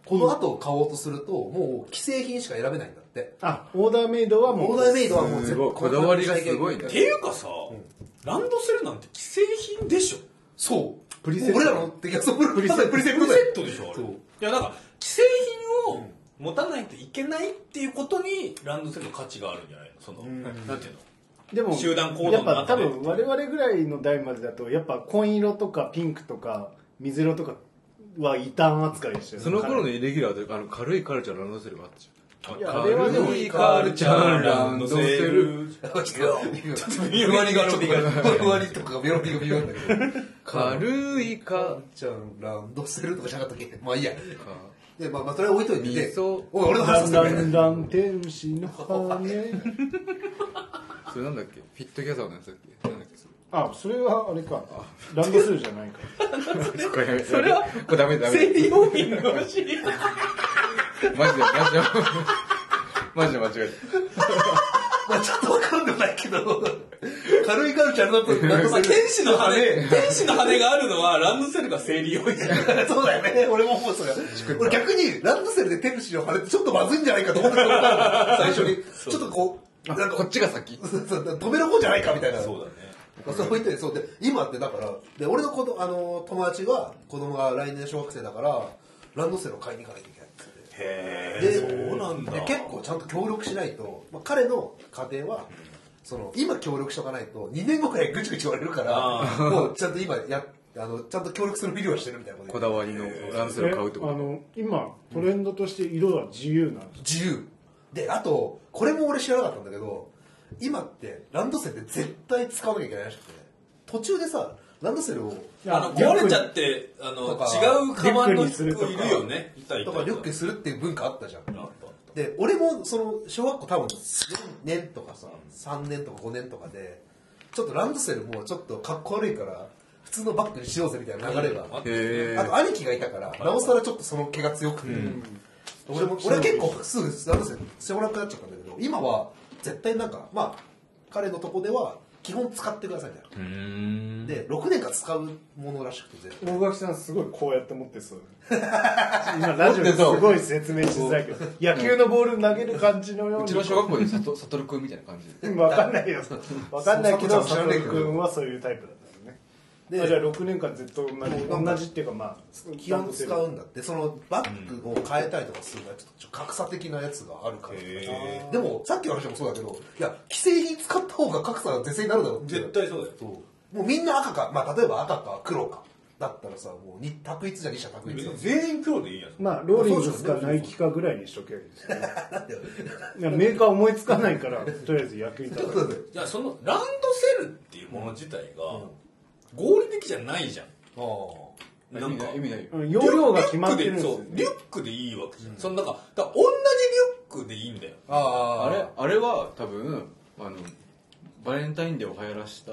Speaker 3: この後買おうとするともう既製品しか選べないんだって
Speaker 2: あオーダーメイドはもう
Speaker 3: オーダーメイドはもう
Speaker 4: す
Speaker 3: 全
Speaker 4: ご
Speaker 3: 部
Speaker 4: いこだわりがすごいね
Speaker 1: ていうかさ、ランドセルなんて既製品でしょ
Speaker 3: そう
Speaker 2: プリセット
Speaker 3: 俺らのってそうプリセットプリセッ
Speaker 1: プリ
Speaker 3: トだよ
Speaker 1: セットでしょあれ
Speaker 3: そう
Speaker 1: いやなんか既製品を持たないといけないっていうことにランドセルの価値があるんじゃないのその、なんていうの
Speaker 2: でも
Speaker 1: 集団行動の
Speaker 2: やっ
Speaker 1: 中で
Speaker 2: ぱ多分我々ぐらいの代までだとやっぱ紺色とかピンクとか水色とかは異端扱いでしたよね
Speaker 4: その頃のイレギュラーであの軽いカルチャーランドセルがあったじ
Speaker 2: いやあれはでも
Speaker 1: 軽いカルチャーランドセル
Speaker 3: ふわりがちょっとふわりとかメロディーが微妙なんだけ
Speaker 4: ゃ
Speaker 3: ど
Speaker 4: ん軽いカ
Speaker 3: じゃあランドセルとかじゃなかったっけまあいいや
Speaker 4: か
Speaker 3: でまあまあそれは置いといて
Speaker 4: 味噌
Speaker 3: おい俺の話させて
Speaker 2: だ
Speaker 3: くれ
Speaker 2: んだん天使の羽
Speaker 4: それなんだっけフィットキャサーのやつだっけなんだっけそれ
Speaker 2: あそれはあれかランドセルじゃないか
Speaker 4: こ れそ れはこれダメダメマジ
Speaker 1: 生
Speaker 4: で
Speaker 1: 理用品が欲しい
Speaker 4: マジでマジで間違え
Speaker 3: まあちょっとわかんでもないけど軽いカルチャーだとランド
Speaker 1: まあ
Speaker 3: セル
Speaker 1: 天使の羽天使の羽があるのはランドセルが生理用品
Speaker 3: そうだよね。俺も思うそれ。俺逆にランドセルでテルシーを貼れてちょっとまずいんじゃないかと思ったことがある最初に。ちょっとこう、なん
Speaker 4: た
Speaker 3: か
Speaker 4: こっちが先
Speaker 3: そうそう止める方じゃないかみたいな。
Speaker 1: そうだね
Speaker 3: まあそう言ってそうで今ってだからで俺の子どあの友達は子供が来年小学生だからランドセルを買いに行かなきゃいけないっつって。
Speaker 1: へ
Speaker 3: で
Speaker 1: えそうなんだ
Speaker 3: で結構ちゃんと協力しないと、まあ、彼の家庭はその今協力しとかないと2年後からいぐちぐち言われるからもうちゃんと今やあのちゃんと協力するビデオをしてるみたいなこと
Speaker 4: こ
Speaker 3: で
Speaker 4: だわりのランドセル
Speaker 2: え
Speaker 4: を
Speaker 2: あ
Speaker 4: 買うってこと
Speaker 2: の今トレンドとして色は自由なんです
Speaker 3: 自由であとこれも俺知らなかったんだけど今ってランドセルって絶対使わなきゃいけないらしくて途中でさランドセルを
Speaker 1: あの壊れちゃってあの
Speaker 3: とか
Speaker 1: 違うカバンの人い
Speaker 2: リ
Speaker 1: る
Speaker 2: ュックにするとか
Speaker 1: よねいたいた
Speaker 3: と
Speaker 1: い
Speaker 3: か
Speaker 1: た
Speaker 3: リュックにするっていう文化あったじゃん
Speaker 1: あっ
Speaker 3: で俺もその小学校多分4年とかさ3年とか5年とかでちょっとランドセルもちょっとかっこ悪いから普通のバッグにしようぜみたいな流れが
Speaker 1: あっ
Speaker 3: あ
Speaker 1: た
Speaker 4: へ
Speaker 3: と兄貴がいたからなおさらちょっとその毛が強くて俺も俺は結構すぐランドセル背らくなっちゃったんだけど今は絶対なんかまあ彼のとこでは基本使ってくださいみたいなで6年間使うものらしくて絶対
Speaker 2: 大垣さんすごいこうやって持ってそう今ラジオですごい説明しづらいけ ど野球のボール投げる感じのよう
Speaker 4: う
Speaker 2: に
Speaker 4: ちの小学校でさとサトルくんみたいな感じ
Speaker 2: うん わかんないよ。わかんないけど、
Speaker 3: そう
Speaker 2: 佐
Speaker 3: そうそう
Speaker 2: 藤君はそういうタイプだったよね。
Speaker 3: で
Speaker 2: あじゃあ6年間ずっと同じ。
Speaker 3: う
Speaker 2: 同じっていうかまあ、
Speaker 3: 基本使うんだってそのバッグを変えたりとかするのはちょっと格差的なやつがあるから
Speaker 1: へ
Speaker 3: でもさっきの話もそうだけどいや既製品使った方が格差が是正になるだろうって
Speaker 1: 絶対そうだよ
Speaker 3: そうもうみんな赤か、まあ、例えば赤か黒かだったらさもうに択一じゃ二者択一だ
Speaker 1: 全員黒でいいやん
Speaker 2: まあ、ローリングスかナイキかぐらいにしとけばいいですよね。いやメーカー思いつかないから、とりあえず役に立
Speaker 3: そうだ
Speaker 2: た
Speaker 3: ね
Speaker 1: じゃあそのランドセルっていうもの自体が合理的じゃないじゃん、
Speaker 3: ああ
Speaker 1: なんか
Speaker 4: 意味ないよ
Speaker 2: うん容量が決まってるんですよ
Speaker 1: そう
Speaker 2: ね
Speaker 1: リュ。ックでいいわけじゃん、そのなんかだから同じリュックでいいんだよ
Speaker 3: あ
Speaker 4: あれあれは多分あのバレンタインデーを流行らした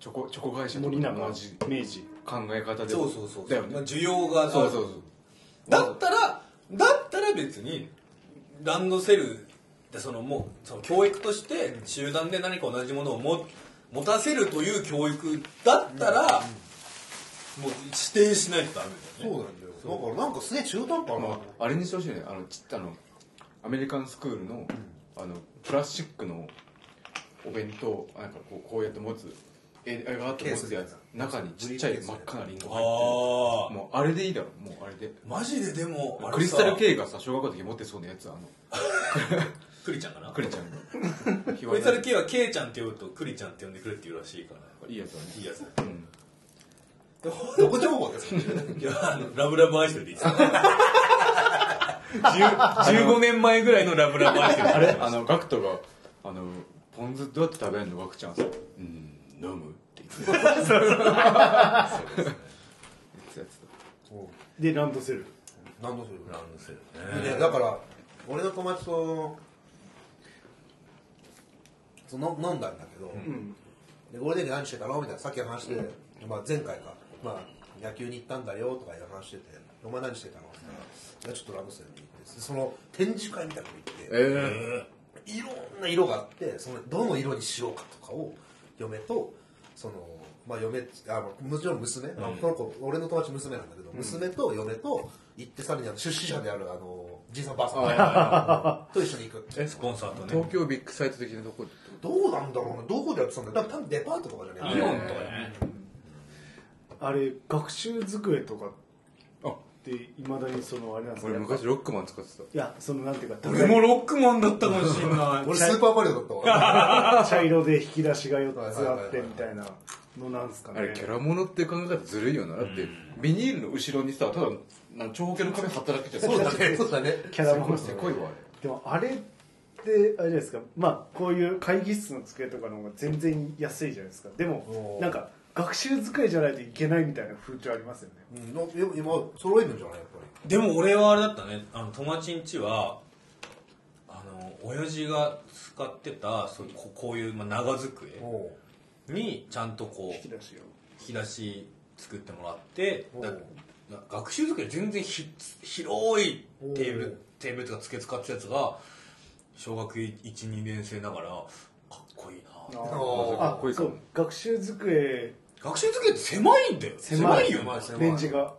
Speaker 4: チョコチョコ会社と
Speaker 2: 森
Speaker 4: かと
Speaker 2: 永
Speaker 4: 同じ
Speaker 2: 明治。
Speaker 4: 考え方で
Speaker 1: そうそうそう
Speaker 4: だよ
Speaker 1: まあ
Speaker 4: ね
Speaker 1: 需要がある
Speaker 4: そうそうそう
Speaker 1: だったらだったら別にランドセルってそのもうその教育として集団で何か同じものをも持たせるという教育だったら、もう指定しないとダメだ
Speaker 3: そう
Speaker 1: よね
Speaker 3: なんだよだからなんかすげえ中途半端
Speaker 4: あ
Speaker 3: な
Speaker 4: のあれにしてほしいねあのちあのアメリカンスクールの,、あのプラスチックのお弁当なんかこうこうやって持つえあれがあって持つやつ中にちっちゃい真っ赤なリンゴ
Speaker 1: あ
Speaker 4: が入っ
Speaker 1: あ
Speaker 4: てるもうあれでいいだろもうあれで
Speaker 1: マジででもあれさ
Speaker 4: クリスタル K がさ小学校の時持ってそうなやつあの
Speaker 1: クリちゃんかな
Speaker 4: ク
Speaker 1: ク
Speaker 4: リ
Speaker 1: リ
Speaker 4: ちゃんが ク
Speaker 1: スタル K は K ちゃんって呼ぶとクリちゃんって呼んでくれって言うらしいから
Speaker 4: いいやつだね
Speaker 1: いいやつ
Speaker 4: うん
Speaker 3: どこ情報ですか
Speaker 1: いやあのラブラブ愛してるでいい ですか
Speaker 4: 15
Speaker 1: 年前ぐらいのラブラブ愛してる
Speaker 4: あれあのガクトがあのポン酢どうやって食べるのガクちゃんさうん飲むって 言ってそうですね
Speaker 2: で、ランドセル。
Speaker 3: 何のそれ
Speaker 1: ランドセル
Speaker 3: でだから俺の友達とその飲んだんだけど、でゴールデンウィーク何してたのみたいなさっきの話で、まあ、前回か、まあ、野球に行ったんだよとかいう話してて「お前何してたの?」って言ったら「いやちょっとランドセルに行って」でその展示会みたいなのに行って、
Speaker 4: え
Speaker 3: いろんな色があってそのどの色にしようかとかを嫁とそのまあ、嫁あもちろん娘、まあ、この子俺の友達娘なんだけど、娘と嫁と行ってさらにあの出資者であるあのじいさんばあさんと一緒に行く
Speaker 1: スポンサーとね
Speaker 5: 東京ビッグサイト的なとこ
Speaker 3: どうなんだろうなどこでやってたんだろう多分デパートとかじゃない
Speaker 1: イオンとかね
Speaker 2: あれ学習机とかっ
Speaker 5: あ
Speaker 2: ていまだにそのあれなんですか
Speaker 5: 俺
Speaker 2: やっぱ
Speaker 5: 昔ロックマン使ってた
Speaker 2: いやそのなんていうか
Speaker 1: 俺もロックマンだったかもしれない
Speaker 3: 俺スーパーマリオだったわ
Speaker 2: 茶色で引き出しが4つあってみたいなのなんですかね
Speaker 5: あれキャラものって考え方ずるいよなだってビニールの後ろにさただなんか長方形の壁働けちゃ
Speaker 3: そうだ ねそうだね
Speaker 2: キャラもの
Speaker 5: せこいわあれ
Speaker 2: でもあれってあれじゃないですかまあこういう会議室の机とかの方が全然安いじゃないですかでも
Speaker 3: おー
Speaker 2: なんか学習机じゃないといけないみたいな風潮ありますよね
Speaker 3: うんの今揃えるんじゃないやっぱり
Speaker 1: でも俺はあれだったねあの友達ん家はあの親父が使ってたそうここういう、まあ、長机
Speaker 3: おう
Speaker 1: にちゃんとこ
Speaker 2: 引き
Speaker 1: う
Speaker 2: 出しを
Speaker 1: 引き出し作ってもらって
Speaker 3: おう
Speaker 1: だな学習机全然ひ広いテーブ
Speaker 3: おう
Speaker 1: ルテーブルとか付け使ってたやつが小学12年生ながらかっこいいな
Speaker 3: ー
Speaker 2: あ
Speaker 5: かっこいいか
Speaker 2: そ
Speaker 5: も
Speaker 2: う学習机
Speaker 1: 学習机って狭いんだよ
Speaker 2: 狭い
Speaker 1: よな
Speaker 2: レンジが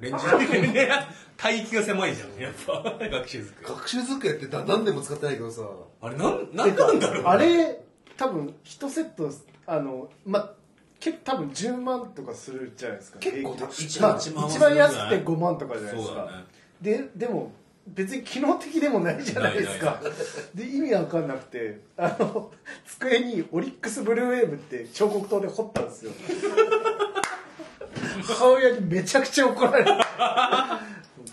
Speaker 1: レンジだね 帯域が狭いじゃんやっぱ学習机
Speaker 3: 学習机ってだ何年も使ってないけどさ
Speaker 1: あれなんなんなんだろう
Speaker 2: あれ多分1セットあのまけ多分10万とかするじゃないですか
Speaker 3: 結構
Speaker 2: 平均
Speaker 1: 一
Speaker 2: まあ
Speaker 1: 万一万は
Speaker 2: 一
Speaker 1: する
Speaker 2: 番
Speaker 1: んじゃない
Speaker 2: 安くて5万とかじゃないです
Speaker 1: そう
Speaker 2: か
Speaker 1: だね
Speaker 2: ででも別に機能的でもないじゃないですかで意味わかんなくてあの机にオリックスブルーウェーブって彫刻刀で彫ったんです よ母親にめちゃくちゃ怒られた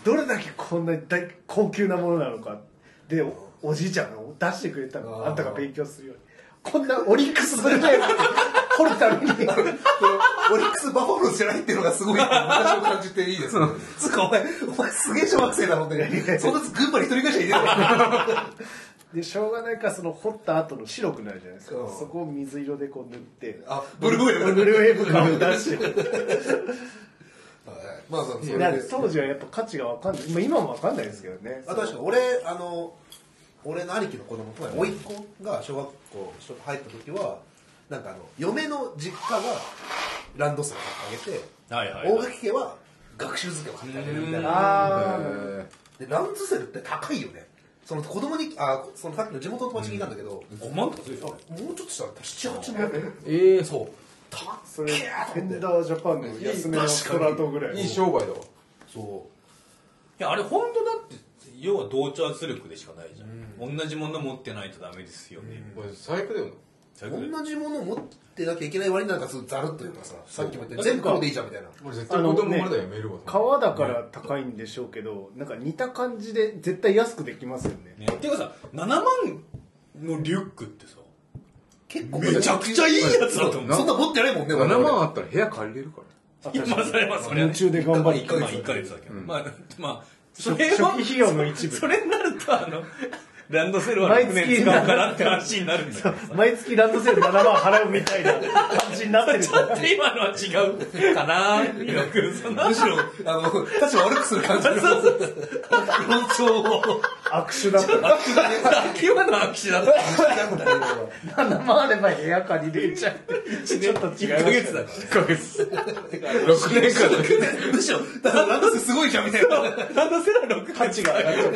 Speaker 2: どれだけこんな大高級なものなのかでおおじいちゃんが出してくれたの
Speaker 3: あー
Speaker 2: あんたが勉強するようにこんなオリックスブルーウェーブって掘るために
Speaker 3: オリックスバファローズじゃないっていうのがすごい昔を感じていいですね。つうかお前、お前すげえ小学生だろっ て。そんな群馬に一人会社いねえだ
Speaker 2: でしょうがないからその掘った後の白くなるじゃないですか
Speaker 3: うん
Speaker 2: そこを水色でこう塗って
Speaker 3: ろ。あ、ブルーウェー
Speaker 2: ブ
Speaker 3: ブ。
Speaker 2: ルーウェーブ感を出して
Speaker 3: まあまあ、それ
Speaker 2: なん
Speaker 3: で
Speaker 2: か。当時はやっぱ価値が分かんない、まあ、今も分かんないですけどね
Speaker 3: あ、確かに俺、あの、俺の兄貴の子供、つまり甥っ子が小学校入った時は、なんかあの、嫁の実家がランドセル買ってあげて、
Speaker 1: はいはい
Speaker 3: 大垣家は学習机を買ってあげるみたいな。
Speaker 2: あー
Speaker 3: で、ランドセルって高いよね。その子供に、あ、そのさっきの地元の友達に聞いたんだけど、
Speaker 1: 5万とかするでし
Speaker 3: あ
Speaker 1: ょ
Speaker 3: もうちょっとしたら7、8万円
Speaker 5: ええ
Speaker 3: そうたっ
Speaker 2: それ
Speaker 3: け
Speaker 2: フ
Speaker 3: ーと
Speaker 2: ェ
Speaker 3: 思
Speaker 2: ンダ
Speaker 3: って
Speaker 2: ージャパンの安めのストラトぐらい
Speaker 5: いい商売だわ
Speaker 3: そ
Speaker 1: いやあれ本当だって要は同調圧力でしかないじゃん、同じもの持ってないとダメですよね、
Speaker 5: これ最悪だよな
Speaker 1: 最悪だよ
Speaker 3: う同じものを持ってなきゃいけない割になんかすごいざるというかささっきも言った全部これでいいじゃんみたいな
Speaker 5: 俺絶
Speaker 2: 対
Speaker 5: 対
Speaker 2: 子
Speaker 5: 子
Speaker 2: 供
Speaker 5: 供ま
Speaker 2: まだ
Speaker 5: だ
Speaker 2: や
Speaker 5: やめるわ
Speaker 2: 皮だから高いんでしょうけどなんか似た感じで絶対安くできますよね
Speaker 1: ね、っていうかさ7万のリュックってさ
Speaker 3: 結構
Speaker 1: めちゃくちゃいいやつだと
Speaker 3: そ
Speaker 1: 思
Speaker 3: ん
Speaker 1: う
Speaker 3: な持ってないもんね
Speaker 5: 7万あったら部屋借りれるから
Speaker 1: 今それはそれは
Speaker 2: 夢中で頑張る
Speaker 1: 1ヶ月1ヶ月だけど、まあまあそれは
Speaker 2: 初期費用の一部
Speaker 1: それになるとあのランドセルは6年使うからって話になるんだけどさ
Speaker 2: 毎月ランドセル7万払うみたいな感じになって る
Speaker 1: ちょっと今のは違うかなヒロ君その
Speaker 3: むしろあの立場悪くする感じの論調を
Speaker 2: 握手だったら
Speaker 1: 今の握手だった
Speaker 2: 7万あれば部屋借りれ ちゃうちょっと違いま
Speaker 1: 1ヶ
Speaker 2: す
Speaker 1: 月だから1ヶ月
Speaker 5: 6年 間だけ
Speaker 3: むしろだからランドセルすごいじゃんみたいな
Speaker 1: ランドセルは6年
Speaker 2: 価値が上がっちゃう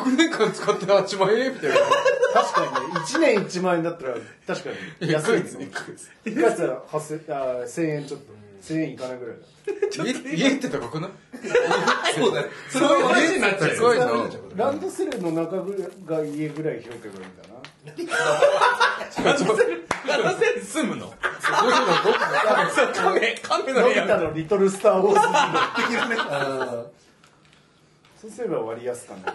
Speaker 5: 6年間使って8万円み たいな
Speaker 2: 確かにね1年1万円だったら確かに安いですね
Speaker 5: 1ヶ月
Speaker 2: 1ヶ月なら8000あー1000円ちょっと1000円いかないぐらいだ
Speaker 5: 家家って高くない
Speaker 3: そうだよそれ
Speaker 1: そういう
Speaker 3: は
Speaker 1: 話になっちゃう
Speaker 5: 高いな
Speaker 2: ランドセルの中ぐらいが家ぐらい広けばいいんだな。
Speaker 1: ラン ドセルランドセル住むのそうカメカメの部
Speaker 2: のび太
Speaker 1: 屋
Speaker 2: のリトルスターウォーズになって
Speaker 3: 的なねあ
Speaker 2: そうすれば割安かな。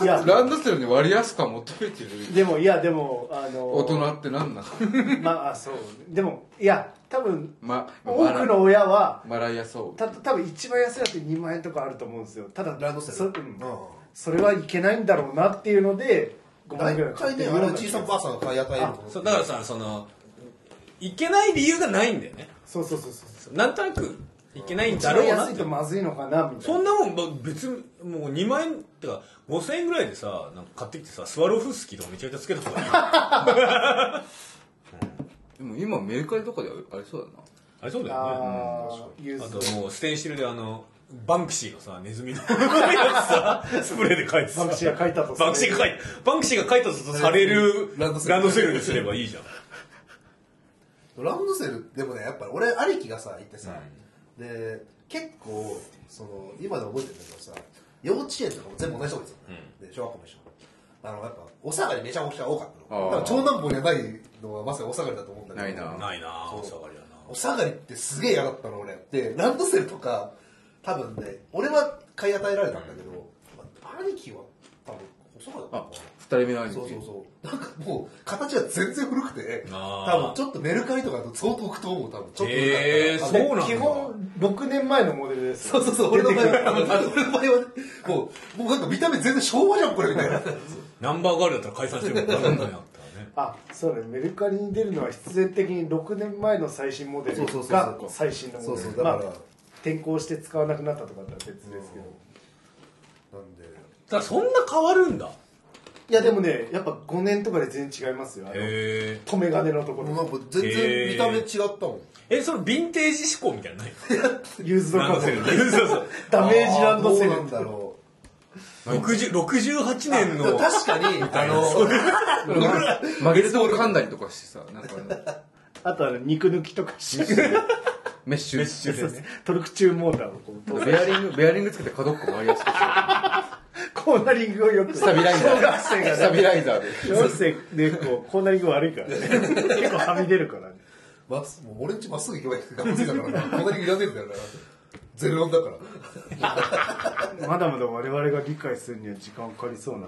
Speaker 2: いや、
Speaker 5: ランドセルに割安感求めてる
Speaker 2: でも、いや、でも、あの、
Speaker 5: 大人ってなんなの
Speaker 2: まあ、そう。でも、いや、多分、
Speaker 5: ま
Speaker 2: 多くの親は、
Speaker 5: マライアそ
Speaker 2: た多分一番安いやつで2万円とかあると思うんですよ。ただ、
Speaker 3: ランドセル
Speaker 2: そ,うん、
Speaker 3: ー
Speaker 2: それはいけないんだろうなっていうので、5万
Speaker 3: 大
Speaker 2: 円ぐらい買
Speaker 3: 体
Speaker 2: って
Speaker 3: ね
Speaker 2: る
Speaker 3: あ
Speaker 2: ような
Speaker 3: の小さなばあさんが買い与えるもの
Speaker 1: そうだからさそのいけない理由がないんだよね
Speaker 2: そうそうそうそう。
Speaker 1: なんとなくいけないん
Speaker 2: 一
Speaker 1: だろ
Speaker 2: 番
Speaker 1: うな
Speaker 2: 安
Speaker 1: っ
Speaker 2: い
Speaker 1: て
Speaker 2: とまずいのかな、みたいな。
Speaker 1: そんなもんば別にもう2万円てか5000円ぐらいでさなんか買ってきてさスワロフスキーとかめちゃめちゃつけたから
Speaker 4: でも今メルカリとかでありそうだな
Speaker 1: あれそうだよね
Speaker 2: あーユ
Speaker 1: あ
Speaker 2: ー
Speaker 1: と
Speaker 2: ズ
Speaker 1: もうステンシルであのバンクシーのさネズミのやつ さスプレーで描いてさ
Speaker 2: バンクシーが書いたと
Speaker 1: バンクシーが描いバンクシーが描いたとされる
Speaker 3: ラ
Speaker 1: ラ
Speaker 3: ン
Speaker 1: ン
Speaker 3: ド
Speaker 1: ド
Speaker 3: セ
Speaker 1: セ
Speaker 3: ル
Speaker 1: ルにすればいいじゃん
Speaker 3: ランドセルでもねやっぱり俺兄貴がさいてさ、で結構その今で覚えてるんだけどさ幼稚園とかも全部同じとこですよ、で小学校も一緒あのやっぱお下がりめちゃくちゃ多かったの
Speaker 4: あー
Speaker 3: だから長男坊じゃないのはまさにお下がりだと思うんだけど
Speaker 4: ないな
Speaker 1: ないなぁ
Speaker 3: そう
Speaker 1: お下がりだな
Speaker 3: お下がりってすげえ嫌だったの俺でランドセルとか多分ね俺は買い与えられたんだけど、まあ兄貴は多分お下がりだった
Speaker 4: あ
Speaker 3: のかな
Speaker 4: 二人目の兄貴
Speaker 3: そうそうそうなんかもう形は全然古くて
Speaker 1: あー
Speaker 3: 多分ちょっとメルカリとかだと相当置くと思う多分ちょっと古かった
Speaker 1: へえ
Speaker 3: あ
Speaker 1: そう
Speaker 2: で
Speaker 1: なんだ
Speaker 2: 基本6年前のモデルです
Speaker 3: そうそうそう俺の場合は 俺の場合はねもうもうなんか見た目全然昭和じゃんこれみたい な
Speaker 1: ナンバーガールだったら解散してるから分かんないなったらね
Speaker 2: あそうだねメルカリに出るのは必然的に6年前の最新モデル
Speaker 3: そうそうそう
Speaker 2: が
Speaker 3: そう
Speaker 2: 最新のモデ
Speaker 3: そう
Speaker 2: ル
Speaker 3: そうだから
Speaker 2: まあ、転校して使わなくなったとかだったら別ですけど、
Speaker 3: なんで
Speaker 1: ただそんな変わるんだ
Speaker 2: いやでもねやっぱ5年とかで全然違いますよあの
Speaker 1: へ
Speaker 2: 留め金のとこ
Speaker 3: もうなん
Speaker 2: ろ
Speaker 3: か全然見た目違ったもん
Speaker 1: えそのヴィンテージ思考みたいなのない
Speaker 2: ユーズド
Speaker 1: ラン
Speaker 2: カ
Speaker 1: ドセル
Speaker 2: ー
Speaker 1: ね そうそう
Speaker 2: ダメージランドセル
Speaker 3: あーどうなんだろう
Speaker 1: 60 68年
Speaker 3: でも
Speaker 1: の
Speaker 3: 確かにあの
Speaker 4: 曲げるとこ噛んだりとかしてさなんかあの
Speaker 2: あとあの肉抜きとかして
Speaker 4: メッシュ
Speaker 2: そうそうトルクチューンモーターをこう
Speaker 4: ベアリングベアリングつけて角っこ回りやすくして
Speaker 2: コーナリングをよく
Speaker 4: スタビライザ
Speaker 2: 小学生
Speaker 4: ー
Speaker 2: がね
Speaker 4: でスタビライザーで
Speaker 2: 小学生でこうコーナリング悪いからね結構はみ出るからね
Speaker 3: まっすもう俺んちまっすぐ行けばいいって学生だからなこんなにいらねえんだよなゼロ四だから
Speaker 2: まだまだ我々が理解するには時間かかりそうな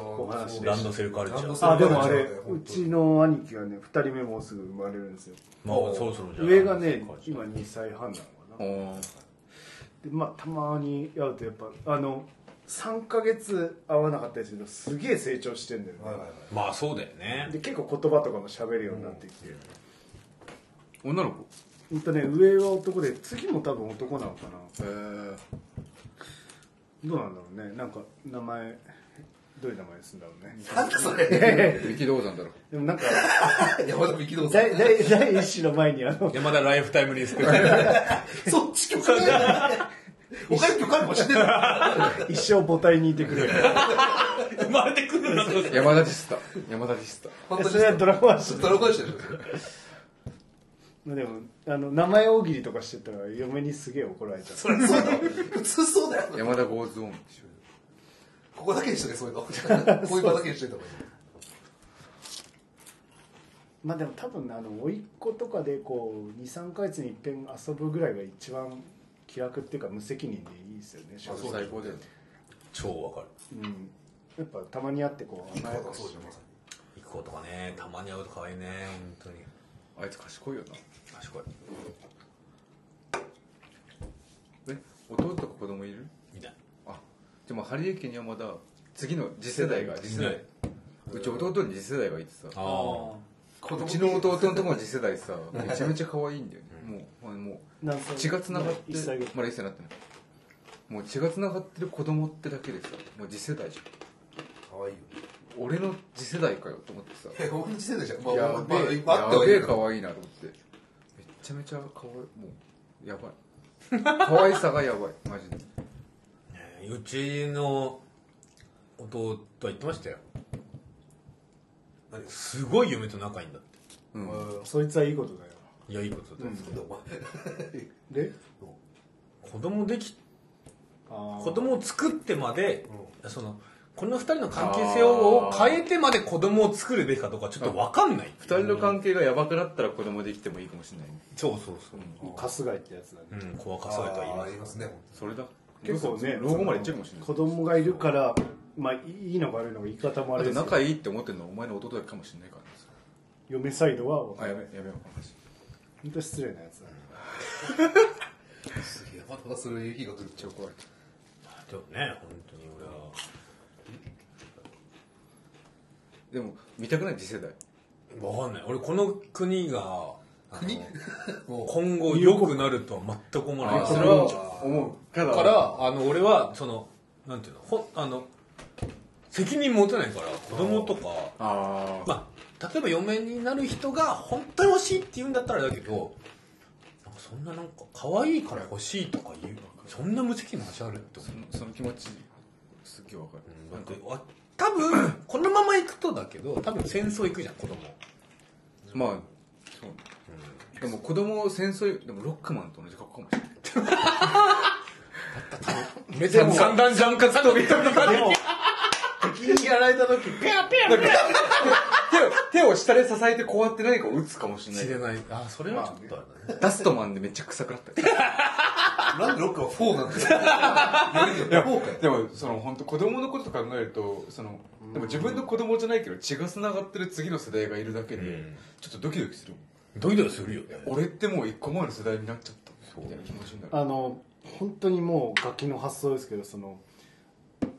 Speaker 2: お話で
Speaker 1: ラ
Speaker 2: し
Speaker 1: ンドセルカルチャ
Speaker 3: ラン
Speaker 1: ー
Speaker 3: ドセ
Speaker 2: たあでもあれ
Speaker 3: そうだよ
Speaker 2: うちの兄貴がね2人目もうすぐ生まれるんですよ
Speaker 1: まあそろそろじゃあ
Speaker 2: 上がね今2歳半なのかな
Speaker 4: おー
Speaker 2: でまあたまに会うとやっぱあの3ヶ月会わなかったりするとすげえ成長してんだよね、
Speaker 3: はいはいはい
Speaker 1: まあそうだよね
Speaker 2: で結構言葉とかも喋るようになってきて、
Speaker 4: 女の子
Speaker 2: ほんとね上は男で次も多分男なのかな
Speaker 4: へえ
Speaker 2: どうなんだろうねなんか名前どういう名前にするんだろうね
Speaker 3: なんだそれ
Speaker 4: 力道山だろ
Speaker 2: でもなんか
Speaker 3: 山田幹道さん
Speaker 2: 第第第一子の前にあの
Speaker 1: 山田ライフタイムリスペクト
Speaker 3: そっち許可ねお金許可もしてた
Speaker 2: 一生母体にいてくれる
Speaker 1: 生 まれてくるなと
Speaker 4: 山田ディスタ山田ディスタ
Speaker 3: 本当
Speaker 2: そ
Speaker 3: に
Speaker 2: れはドラマ
Speaker 3: ちょ
Speaker 2: し
Speaker 3: っと喜んでる
Speaker 2: まあでもあの名前大喜利とかしてたら嫁にすげえ怒られちゃう
Speaker 3: そりゃそうだよ普通そうだよ
Speaker 4: 山田ゴーズオン
Speaker 3: ここだけにしとけそういうのこういう場だけにしといた方がいい
Speaker 2: まあでも多分ねあの甥っ子とかでこう23か月に一遍遊ぶぐらいが一番気楽っていうか無責任でいいですよね正直
Speaker 4: 最高だよね
Speaker 1: 超わかる
Speaker 2: うんやっぱたまに会ってこう
Speaker 3: 行
Speaker 2: 甘や
Speaker 3: く
Speaker 2: か
Speaker 3: ことは
Speaker 2: し
Speaker 3: そうじゃんまさ
Speaker 1: 行くことかねたまに会うと可愛いね本当に
Speaker 4: あいつ賢いよな
Speaker 1: 賢い
Speaker 4: え弟とか子供いる
Speaker 1: みたい
Speaker 4: あでもハリエ家にはまだ次の次世代が次世代うち弟に次世代がいてさ
Speaker 1: ああ
Speaker 4: うちの弟のとこの次世代 さめちゃめちゃ可愛いんだよねもうあのもう
Speaker 2: 何歳
Speaker 4: 血がつなが
Speaker 2: ま
Speaker 4: っ
Speaker 2: あ
Speaker 4: て
Speaker 2: 一歳ぐらい
Speaker 4: まだ一歳になってないもう血がつながってる子供ってだけでさもう次世代じゃん
Speaker 3: にかわいいよ
Speaker 4: 俺の次世代かよと思ってさ
Speaker 3: え俺の次世代じゃんまあ
Speaker 4: や
Speaker 3: まあ
Speaker 4: べえ、
Speaker 3: まああって
Speaker 4: や
Speaker 3: はい
Speaker 4: べえ
Speaker 3: るけど
Speaker 4: 可愛いなと思ってめっちゃめちゃ可愛いもうやばい可愛さがやばいマジで
Speaker 1: ねうちの弟は言ってましたよすごい嫁と仲いいんだって
Speaker 4: うん
Speaker 2: そいつはいいことだよ
Speaker 1: いやいいことだよ、
Speaker 3: どうも
Speaker 2: で
Speaker 1: 子供でき
Speaker 2: あー
Speaker 1: 子供を作ってまで、そのこの二人の関係性を変えてまで子供を作るべきかどうかちょっと分かんない、
Speaker 4: 二人の関係がやばくなったら子供できてもいいかもしれないね
Speaker 1: そうそうそう
Speaker 2: 春日井ってやつだね
Speaker 1: うん、怖か
Speaker 3: あ
Speaker 1: されとは言い
Speaker 3: ー
Speaker 1: ま
Speaker 3: あ
Speaker 1: す
Speaker 3: りますね本
Speaker 4: それだ
Speaker 2: 結構ね
Speaker 4: 老後までいっちゃうかもしれない
Speaker 2: 子供がいるからまあいいのが悪いのが言い方もあ
Speaker 4: あ
Speaker 2: れ
Speaker 4: と
Speaker 2: ですけど
Speaker 4: 仲いいって思ってるのはお前の弟だけかもしれないからね
Speaker 2: 嫁サイドは本
Speaker 4: あやべえやべえわかんない
Speaker 2: 当失礼なやつだね
Speaker 3: 当すげえまたそれいう日が来る
Speaker 4: 超怖い
Speaker 1: でもね本当に俺は
Speaker 4: でも見たくない次世代
Speaker 1: 分かんない俺この国が
Speaker 3: 国も
Speaker 1: 今後良くなるとは全く思わない
Speaker 4: それは思うただ
Speaker 1: からあの俺はそのなんていうのほあの責任持てないから子供とか
Speaker 5: ああ
Speaker 1: まあ例えば嫁になる人が本当に欲しいって言うんだったらだけどなんかそんななんか可愛いから欲しいとか言うそんな無責任な話あるって思う
Speaker 5: その気持ちすっげえわかる、
Speaker 1: なんかわ多分このまま行くとだけど多分戦争行くじゃん子供
Speaker 5: まあそう、でも子供を戦争でもロックマンと同じ格好かもしれない
Speaker 1: めちゃ 三段ジャンカツ飛び
Speaker 2: 敵にやられた時
Speaker 5: 手を手を下で支えてこうやって何かを打つかもしれない
Speaker 1: 知れないあそれはちょっとあれだね
Speaker 5: ダストマンでめっちゃ臭くなったり
Speaker 3: なんでロックはフォーなんだよ。フォーかよ。
Speaker 5: でもその本当子供のこと考えるとそのでも自分の子供じゃないけど血がつながってる次の世代がいるだけで、
Speaker 1: ん
Speaker 5: ちょっとドキドキするもん
Speaker 1: ドキドキするよね
Speaker 5: 俺ってもう一個前の世代になっちゃったみたいな気持ちになる
Speaker 2: あの本当にもうガキの発想ですけどその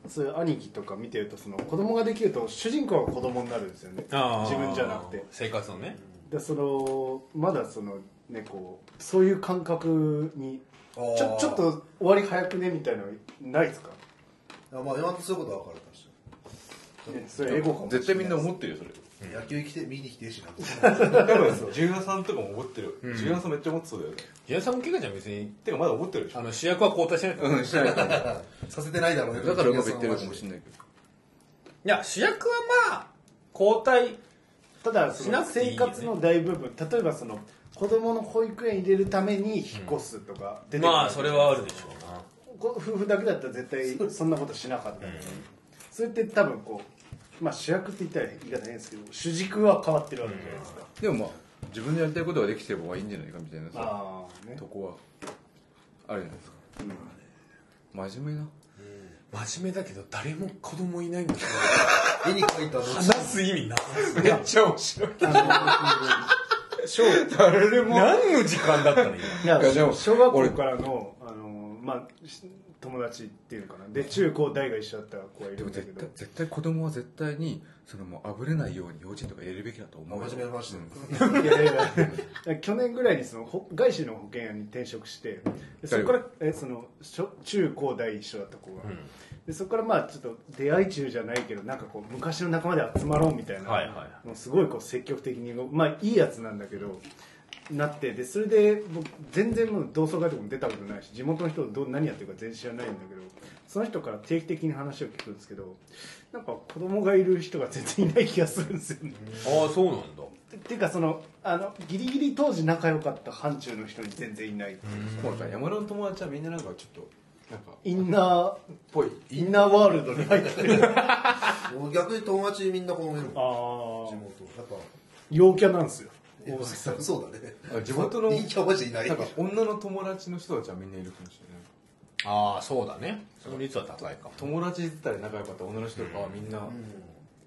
Speaker 2: そういう兄貴とか見てるとその子供ができると主人公は子供になるんですよね自分じゃなくて
Speaker 1: 生活のね
Speaker 2: でそのまだそのねこうそういう感覚に
Speaker 3: あー
Speaker 2: ちょちょっ。と終わり早くねみたいなのないですか、
Speaker 3: あまあ、今そういうことは分かるかもし
Speaker 2: ね、それエゴかもしれない
Speaker 5: 絶対みんな思ってるよそれ
Speaker 3: れない。野球来て、見に来てるしな。
Speaker 4: 多分ジュニアさんとかも思ってる、ジュニアさんめっちゃ思ってそうだよね
Speaker 1: 平井さんも怪我じゃん別に
Speaker 4: てかまだ思ってるでしょ
Speaker 1: あの主役は交代してないから
Speaker 5: うんしてないからだ
Speaker 3: させてないだろうね。
Speaker 5: からうまくいってるかもしれ
Speaker 3: い。
Speaker 5: ないけど
Speaker 1: いや主役はまあ交代
Speaker 2: ただそ
Speaker 1: しな
Speaker 2: の
Speaker 1: くていい
Speaker 2: 生
Speaker 1: よね
Speaker 2: 活の大部分例えばその子供の保育園入れるために引っ越すとか出てくる
Speaker 1: まあそれはあるでしょうな
Speaker 2: ご夫婦だけだったら絶対そんなことしなかったのに、それって多分こう、まあ、主役って言ったら言い方変ですけど主軸は変わってるわけじゃないですか、
Speaker 5: でもまあ自分でやりたいことができてればいいんじゃないかみたいなさ
Speaker 2: ああね
Speaker 5: とこはあるじゃないですか、真面目な
Speaker 1: 真面目だけど誰も子供いないんだけど
Speaker 3: 絵に描いたの。
Speaker 1: 話す意味なさす
Speaker 5: めっちゃ面白い
Speaker 1: 何の時間だったの今
Speaker 2: いや
Speaker 5: いやでも
Speaker 2: 小学校からのあの、まあ、し友達っていうのかなで中高大が一緒だった子がい
Speaker 5: で
Speaker 2: る
Speaker 5: も
Speaker 2: んだ
Speaker 5: 絶
Speaker 2: けど
Speaker 5: 対絶対子供は絶対にそのもうあぶれないように幼稚園とか入れるべきだと思うよ
Speaker 3: 真面目な話だ
Speaker 5: うん
Speaker 2: いやいやいや去年ぐらいにそのほ外資の保険屋に転職してでそこからえそのしょ中高大一緒だった子が、でそこからまあちょっと出会い中じゃないけどなんかこう昔の仲間で集まろうみたいな、
Speaker 1: はいはいは
Speaker 2: もうすごいこう積極的にまあいいやつなんだけどなってでそれで僕全然もう同窓会とかも出たことないし地元の人どう何やってるか全然知らないんだけどその人から定期的に話を聞くんですけどなんか子供がいる人が全然いない気がするんですよね。
Speaker 1: ああそうなんだ
Speaker 2: っていうかそのあのギリギリ当時仲良かった範疇の人に全然いない、
Speaker 4: もうなんか山田の友達はみんななんかちょっとなんか
Speaker 2: インナ
Speaker 4: ぽい
Speaker 2: ーインナーワールドに入ってる
Speaker 3: 俺逆に友達みんなこの目の。地元。
Speaker 2: ああ
Speaker 3: やっぱ、
Speaker 2: 陽キャなんですよ
Speaker 3: 大崎さんそうだね。
Speaker 4: あ地元の
Speaker 3: 人気はマジでいない
Speaker 4: なん。か女の友達の人たちはみんないるかもしれない
Speaker 1: ああそうだねその率は高いかも
Speaker 4: 友達自体仲良かった女の人とかはみんな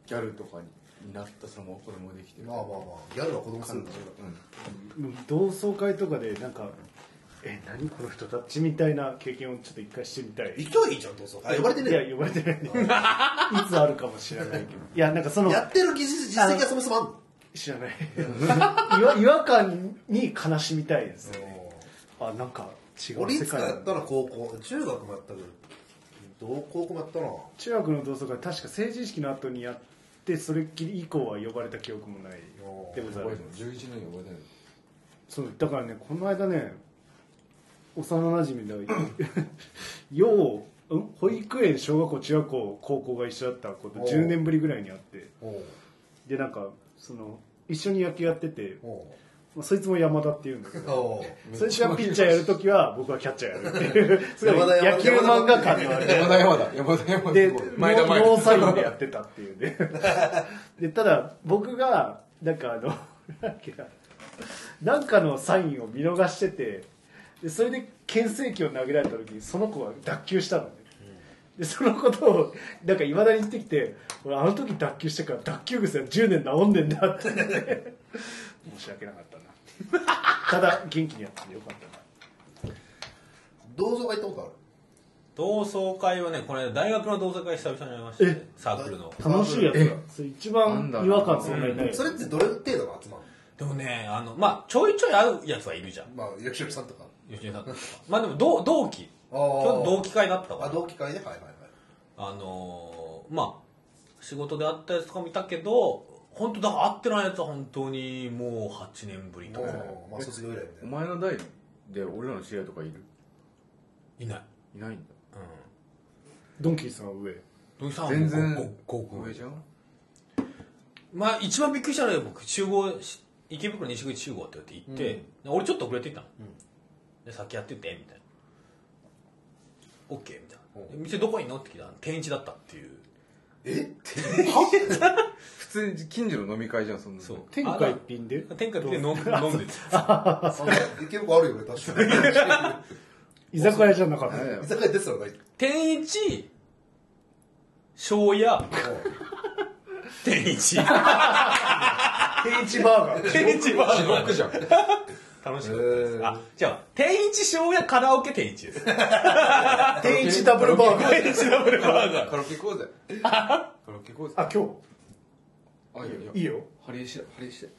Speaker 4: ギャルとかになったその子供ができてる
Speaker 3: まあまあまあ、ギャルは子供するんだ
Speaker 2: 同窓会とかでなんか「え何この人たち」みたいな経験をちょっと一回してみたい
Speaker 3: 行きゃいいじゃん、どうぞ。あ、呼ばれてね
Speaker 2: い
Speaker 3: え
Speaker 2: や呼ばれてないんでいつあるかもしれないけどいやなんかその
Speaker 3: やってる技術実績がそもそもあんの
Speaker 2: 知らない違和違和感に悲しみたいですよねあなんか違う
Speaker 3: 俺い
Speaker 2: 世
Speaker 3: つか
Speaker 2: 界
Speaker 3: や
Speaker 2: だ
Speaker 3: ったら高校中学もやったけどどう高校もやったな
Speaker 2: 中学の同窓会確か成人式の後にやってそれっきり以降は呼ばれた記憶もない
Speaker 3: おー
Speaker 2: でござい
Speaker 4: 覚
Speaker 2: ま
Speaker 4: え
Speaker 2: す
Speaker 4: てない11年に覚えてない
Speaker 2: そうだからねこの間ね幼なじみだ よううん保育園小学校中学校高校が一緒だった子と
Speaker 3: おう
Speaker 2: 10年ぶりぐらいに会って
Speaker 3: おう
Speaker 2: でなんかその一緒に野球やってて、
Speaker 3: お
Speaker 2: まあ、そいつも山田っていうんだけ
Speaker 3: う
Speaker 2: ど
Speaker 3: おう
Speaker 2: そいつがピッチャーやるときは僕はキャッチャーやるっていうすごい
Speaker 3: 山田
Speaker 2: 野
Speaker 3: 山田
Speaker 2: 球漫画感のあれ
Speaker 4: 山田山田 山 田山田
Speaker 2: で、
Speaker 4: すごい
Speaker 2: 前田ノーサインでやってたっていうね。 で、ただ、僕が、なんかあの、 なんだっけななんかのサインを見逃してて、でそれで牽制球を投げられた時に、その子は脱臼したのね。で、そのことを、なんかいまだに言ってきて、俺あの時脱臼してから脱臼癖は10年治んでんだって言って。 申し訳なか ったな。ただ、元気にやっててよかったな。
Speaker 3: 同窓会行ったこと
Speaker 1: 同窓会はねこの間大学の同窓会久々に会いましたねサークルの
Speaker 2: 楽しいやつだ。それ一番違和感そんなにな
Speaker 3: あ
Speaker 2: い
Speaker 3: る。それってどれ程度が集まる
Speaker 1: でもねあのまあちょいちょい会うやつはいるじゃん
Speaker 3: のまあ役所さんとか
Speaker 1: 吉根さんとかまあでも同同期
Speaker 3: あー
Speaker 1: 今日同期会だったか
Speaker 3: あ
Speaker 1: ら
Speaker 3: 同期会ねはいはいはい
Speaker 1: あのーまあ仕事で会ったやつとか見たけど本当だから会ってないやつは本当にもう8年ぶりとか
Speaker 3: もうまあ卒業以来みた
Speaker 4: お
Speaker 3: い
Speaker 4: 前
Speaker 3: な
Speaker 4: の代で俺らの知り合いとかいる
Speaker 1: いない
Speaker 4: いない
Speaker 1: う
Speaker 4: んだ
Speaker 2: ドンキーさんは上
Speaker 1: ん土井さんはもう
Speaker 4: 全然
Speaker 1: ごごご
Speaker 4: 上じゃん
Speaker 1: まあ一番びっくりしたのは僕集合し池袋西口集合って言って行って、俺ちょっと遅れて行ったの、で先やっててみたいな OK みたいなで店どこいんのって聞いたら天一だったっていう
Speaker 3: え
Speaker 4: 普通に近所の飲み会じゃんそんなの
Speaker 1: そう
Speaker 2: 天下一品で
Speaker 1: あ天下一品で飲ん飲んでて
Speaker 3: あそんな池袋あるよね確かに
Speaker 2: 居酒屋じゃなかった
Speaker 4: 何だよ
Speaker 3: 居酒屋ですらないって
Speaker 1: 天一庄屋天一
Speaker 2: 天一バーガ ー
Speaker 1: 天一バー
Speaker 4: 地
Speaker 1: ガー
Speaker 4: 獄じゃん
Speaker 1: 楽し
Speaker 3: へ
Speaker 1: かったです
Speaker 3: ー
Speaker 1: あじゃあ天一庄屋カラオケ天一です
Speaker 2: 天一ダブルバーガー
Speaker 1: 天一ダブルバーガー
Speaker 4: カラオケ行こうぜカラオケ行こうぜ
Speaker 2: あ今
Speaker 4: あいいよ
Speaker 2: 日いいよ
Speaker 4: ハリエしてハリエしてい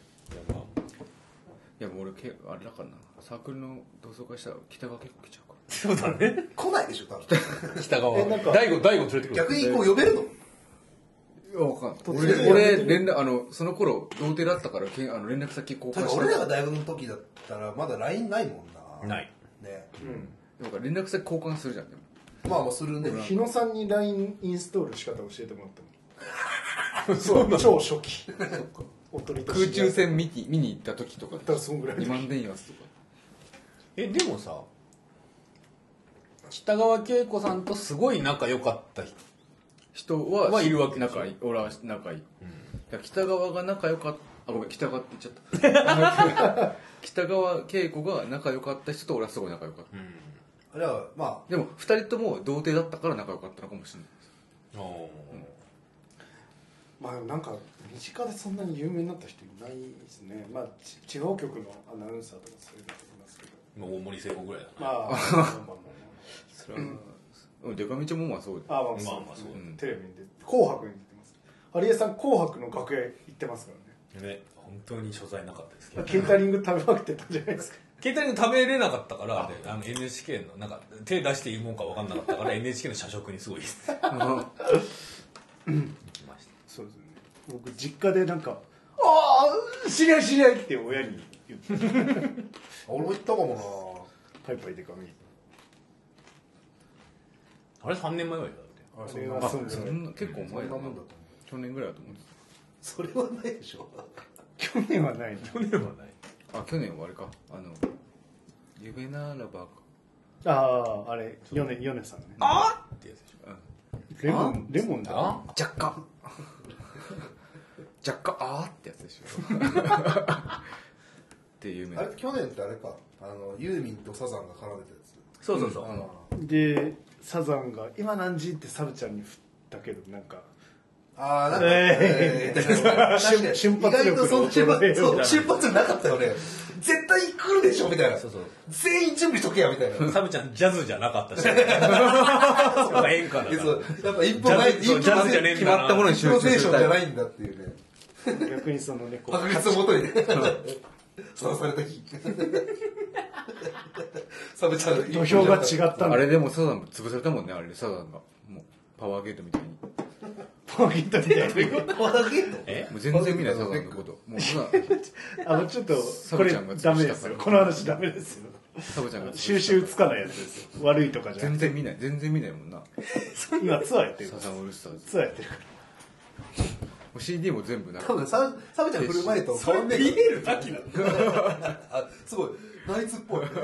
Speaker 4: やもう俺けあれだからなサークルの同窓会したら北川結構来ちゃうか
Speaker 1: そうだね
Speaker 3: 来ないでしょ多分
Speaker 1: 北川
Speaker 2: えなんか
Speaker 1: 大悟大悟連れてくる
Speaker 3: 逆にこう呼べるの
Speaker 4: らいやわかんない
Speaker 2: 突然
Speaker 4: 俺俺連絡あのその頃童貞だったからけんあの連絡先交
Speaker 3: 確
Speaker 4: 換
Speaker 3: か
Speaker 4: して
Speaker 3: 俺らが大学の時だったらまだ LINE ないもんな
Speaker 1: ないい
Speaker 3: ね
Speaker 4: なんか連絡先交換するじゃんでも
Speaker 3: まあまあするね
Speaker 2: 日野さんに LINE インストール仕方教えてもらったもん超初期おとりと
Speaker 4: 空中
Speaker 2: だ
Speaker 4: 戦見に見に行った時とか
Speaker 2: ったらそんぐらい
Speaker 4: 2万電安とか
Speaker 1: えでもさ北川景子さんとすごい仲良かった人
Speaker 4: 人は
Speaker 1: はいるわけでしょ
Speaker 4: 仲いい俺は仲いい、いや北川が仲良かったあごめん北川って言っちゃった北川景子が仲良かった人と俺はすごい仲良かった、
Speaker 3: じゃあま
Speaker 4: でも2人とも童貞だったから仲良かったのかもしれない
Speaker 2: まあなんか身近でそんなに有名になった人いないですねまあち地方局のアナウンサーとかそういうのもいますけど
Speaker 1: もう大森聖子ぐらいだな
Speaker 2: まあまあまあま
Speaker 4: それはうんデカミちゃんもまあそうで
Speaker 2: ああまあ
Speaker 1: まあまあ
Speaker 2: そ
Speaker 1: そうう
Speaker 2: うんテレビに出て「紅白」に出てます有江さん「紅白」の楽屋行ってますからね
Speaker 1: ね本当に所在なかったですけど
Speaker 2: ケータリング食べまくってたじゃないですか
Speaker 1: ケータリング食べれなかったからであの NHK のなんか手出していいもんか分かんなかったから NHK の社食にすごい行きまし
Speaker 2: そうですね僕実家でなんか「ああ知り合い知り合い」って親に言って
Speaker 3: あ俺も行ったかも
Speaker 2: 「パイパイでかみ」
Speaker 1: たあれ3年前ぐらいだよ
Speaker 3: な
Speaker 2: あれはそうです
Speaker 4: そ
Speaker 2: ね
Speaker 4: んな結構前だ
Speaker 3: そんな
Speaker 4: な
Speaker 3: もんだと思う
Speaker 4: 去年ぐらいだと思うんです
Speaker 3: それはないでしょ
Speaker 2: 去年はないな
Speaker 1: だって去年はない
Speaker 4: あ去年はあれかあの夢ならばか
Speaker 2: あああれヨネヨネさんね
Speaker 1: あってやつでしょ
Speaker 2: レモンレモンだ
Speaker 1: あ
Speaker 4: 若干若干あーってやつでしょっていう夢
Speaker 3: あれ去年ってあれかあのユーミンとサザンが絡めたやつ
Speaker 1: そうそうそう、
Speaker 3: あの
Speaker 2: でサザンが「今何時?」ってサブちゃんに振ったけどなんか
Speaker 3: ああなんか
Speaker 2: えー
Speaker 3: 確かに
Speaker 2: 瞬発力
Speaker 3: 意外とその瞬
Speaker 2: の衰えみたいな
Speaker 3: 発そう瞬発力なかったよね絶対来るでしょみたいな
Speaker 1: そうそう
Speaker 3: 全員準備しとけやみたいな
Speaker 1: サブちゃんジャズじゃなか ったしなんか演歌だから
Speaker 3: そうやっぱ一歩前
Speaker 1: ジャズ
Speaker 3: 一歩
Speaker 1: ジャズじゃねえんだな
Speaker 3: 決まったものに集中
Speaker 4: プロテーションじ
Speaker 3: じゃ
Speaker 4: ゃ
Speaker 3: な
Speaker 4: ない
Speaker 3: んだっていうね
Speaker 2: 逆にそのね こう
Speaker 3: 確率をもとにねさらされた日サブちゃんの
Speaker 2: 土俵が違ったん
Speaker 4: あ
Speaker 2: だ
Speaker 4: れでもサザン潰されたもんねあれでサザンがもうパワーゲートみたいにも
Speaker 2: ポケットみたいな
Speaker 3: パワーゲート
Speaker 1: え
Speaker 4: う全然見ないサザンのこともうサザン
Speaker 2: あのちょっと
Speaker 4: サ
Speaker 2: こ
Speaker 4: ブ
Speaker 2: れ
Speaker 4: ちゃんが
Speaker 2: ダメですよこの話ダメですよ
Speaker 4: サブちゃんが
Speaker 2: 収集つかないやつですよ悪いとかじゃなく
Speaker 4: 全然見ない全然見ないもんな
Speaker 2: て今ツアーやってる
Speaker 4: サザンオールスターズも
Speaker 2: ツアーやってる
Speaker 4: う CD も全部な
Speaker 3: 多分ササブちゃん振る前と変わんねえから
Speaker 1: ルだけなの
Speaker 3: あすごいナイツっぽい
Speaker 4: CD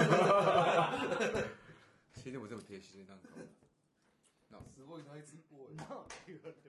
Speaker 4: も全部停止でなんか
Speaker 3: すごいナイツっぽい
Speaker 2: って言われて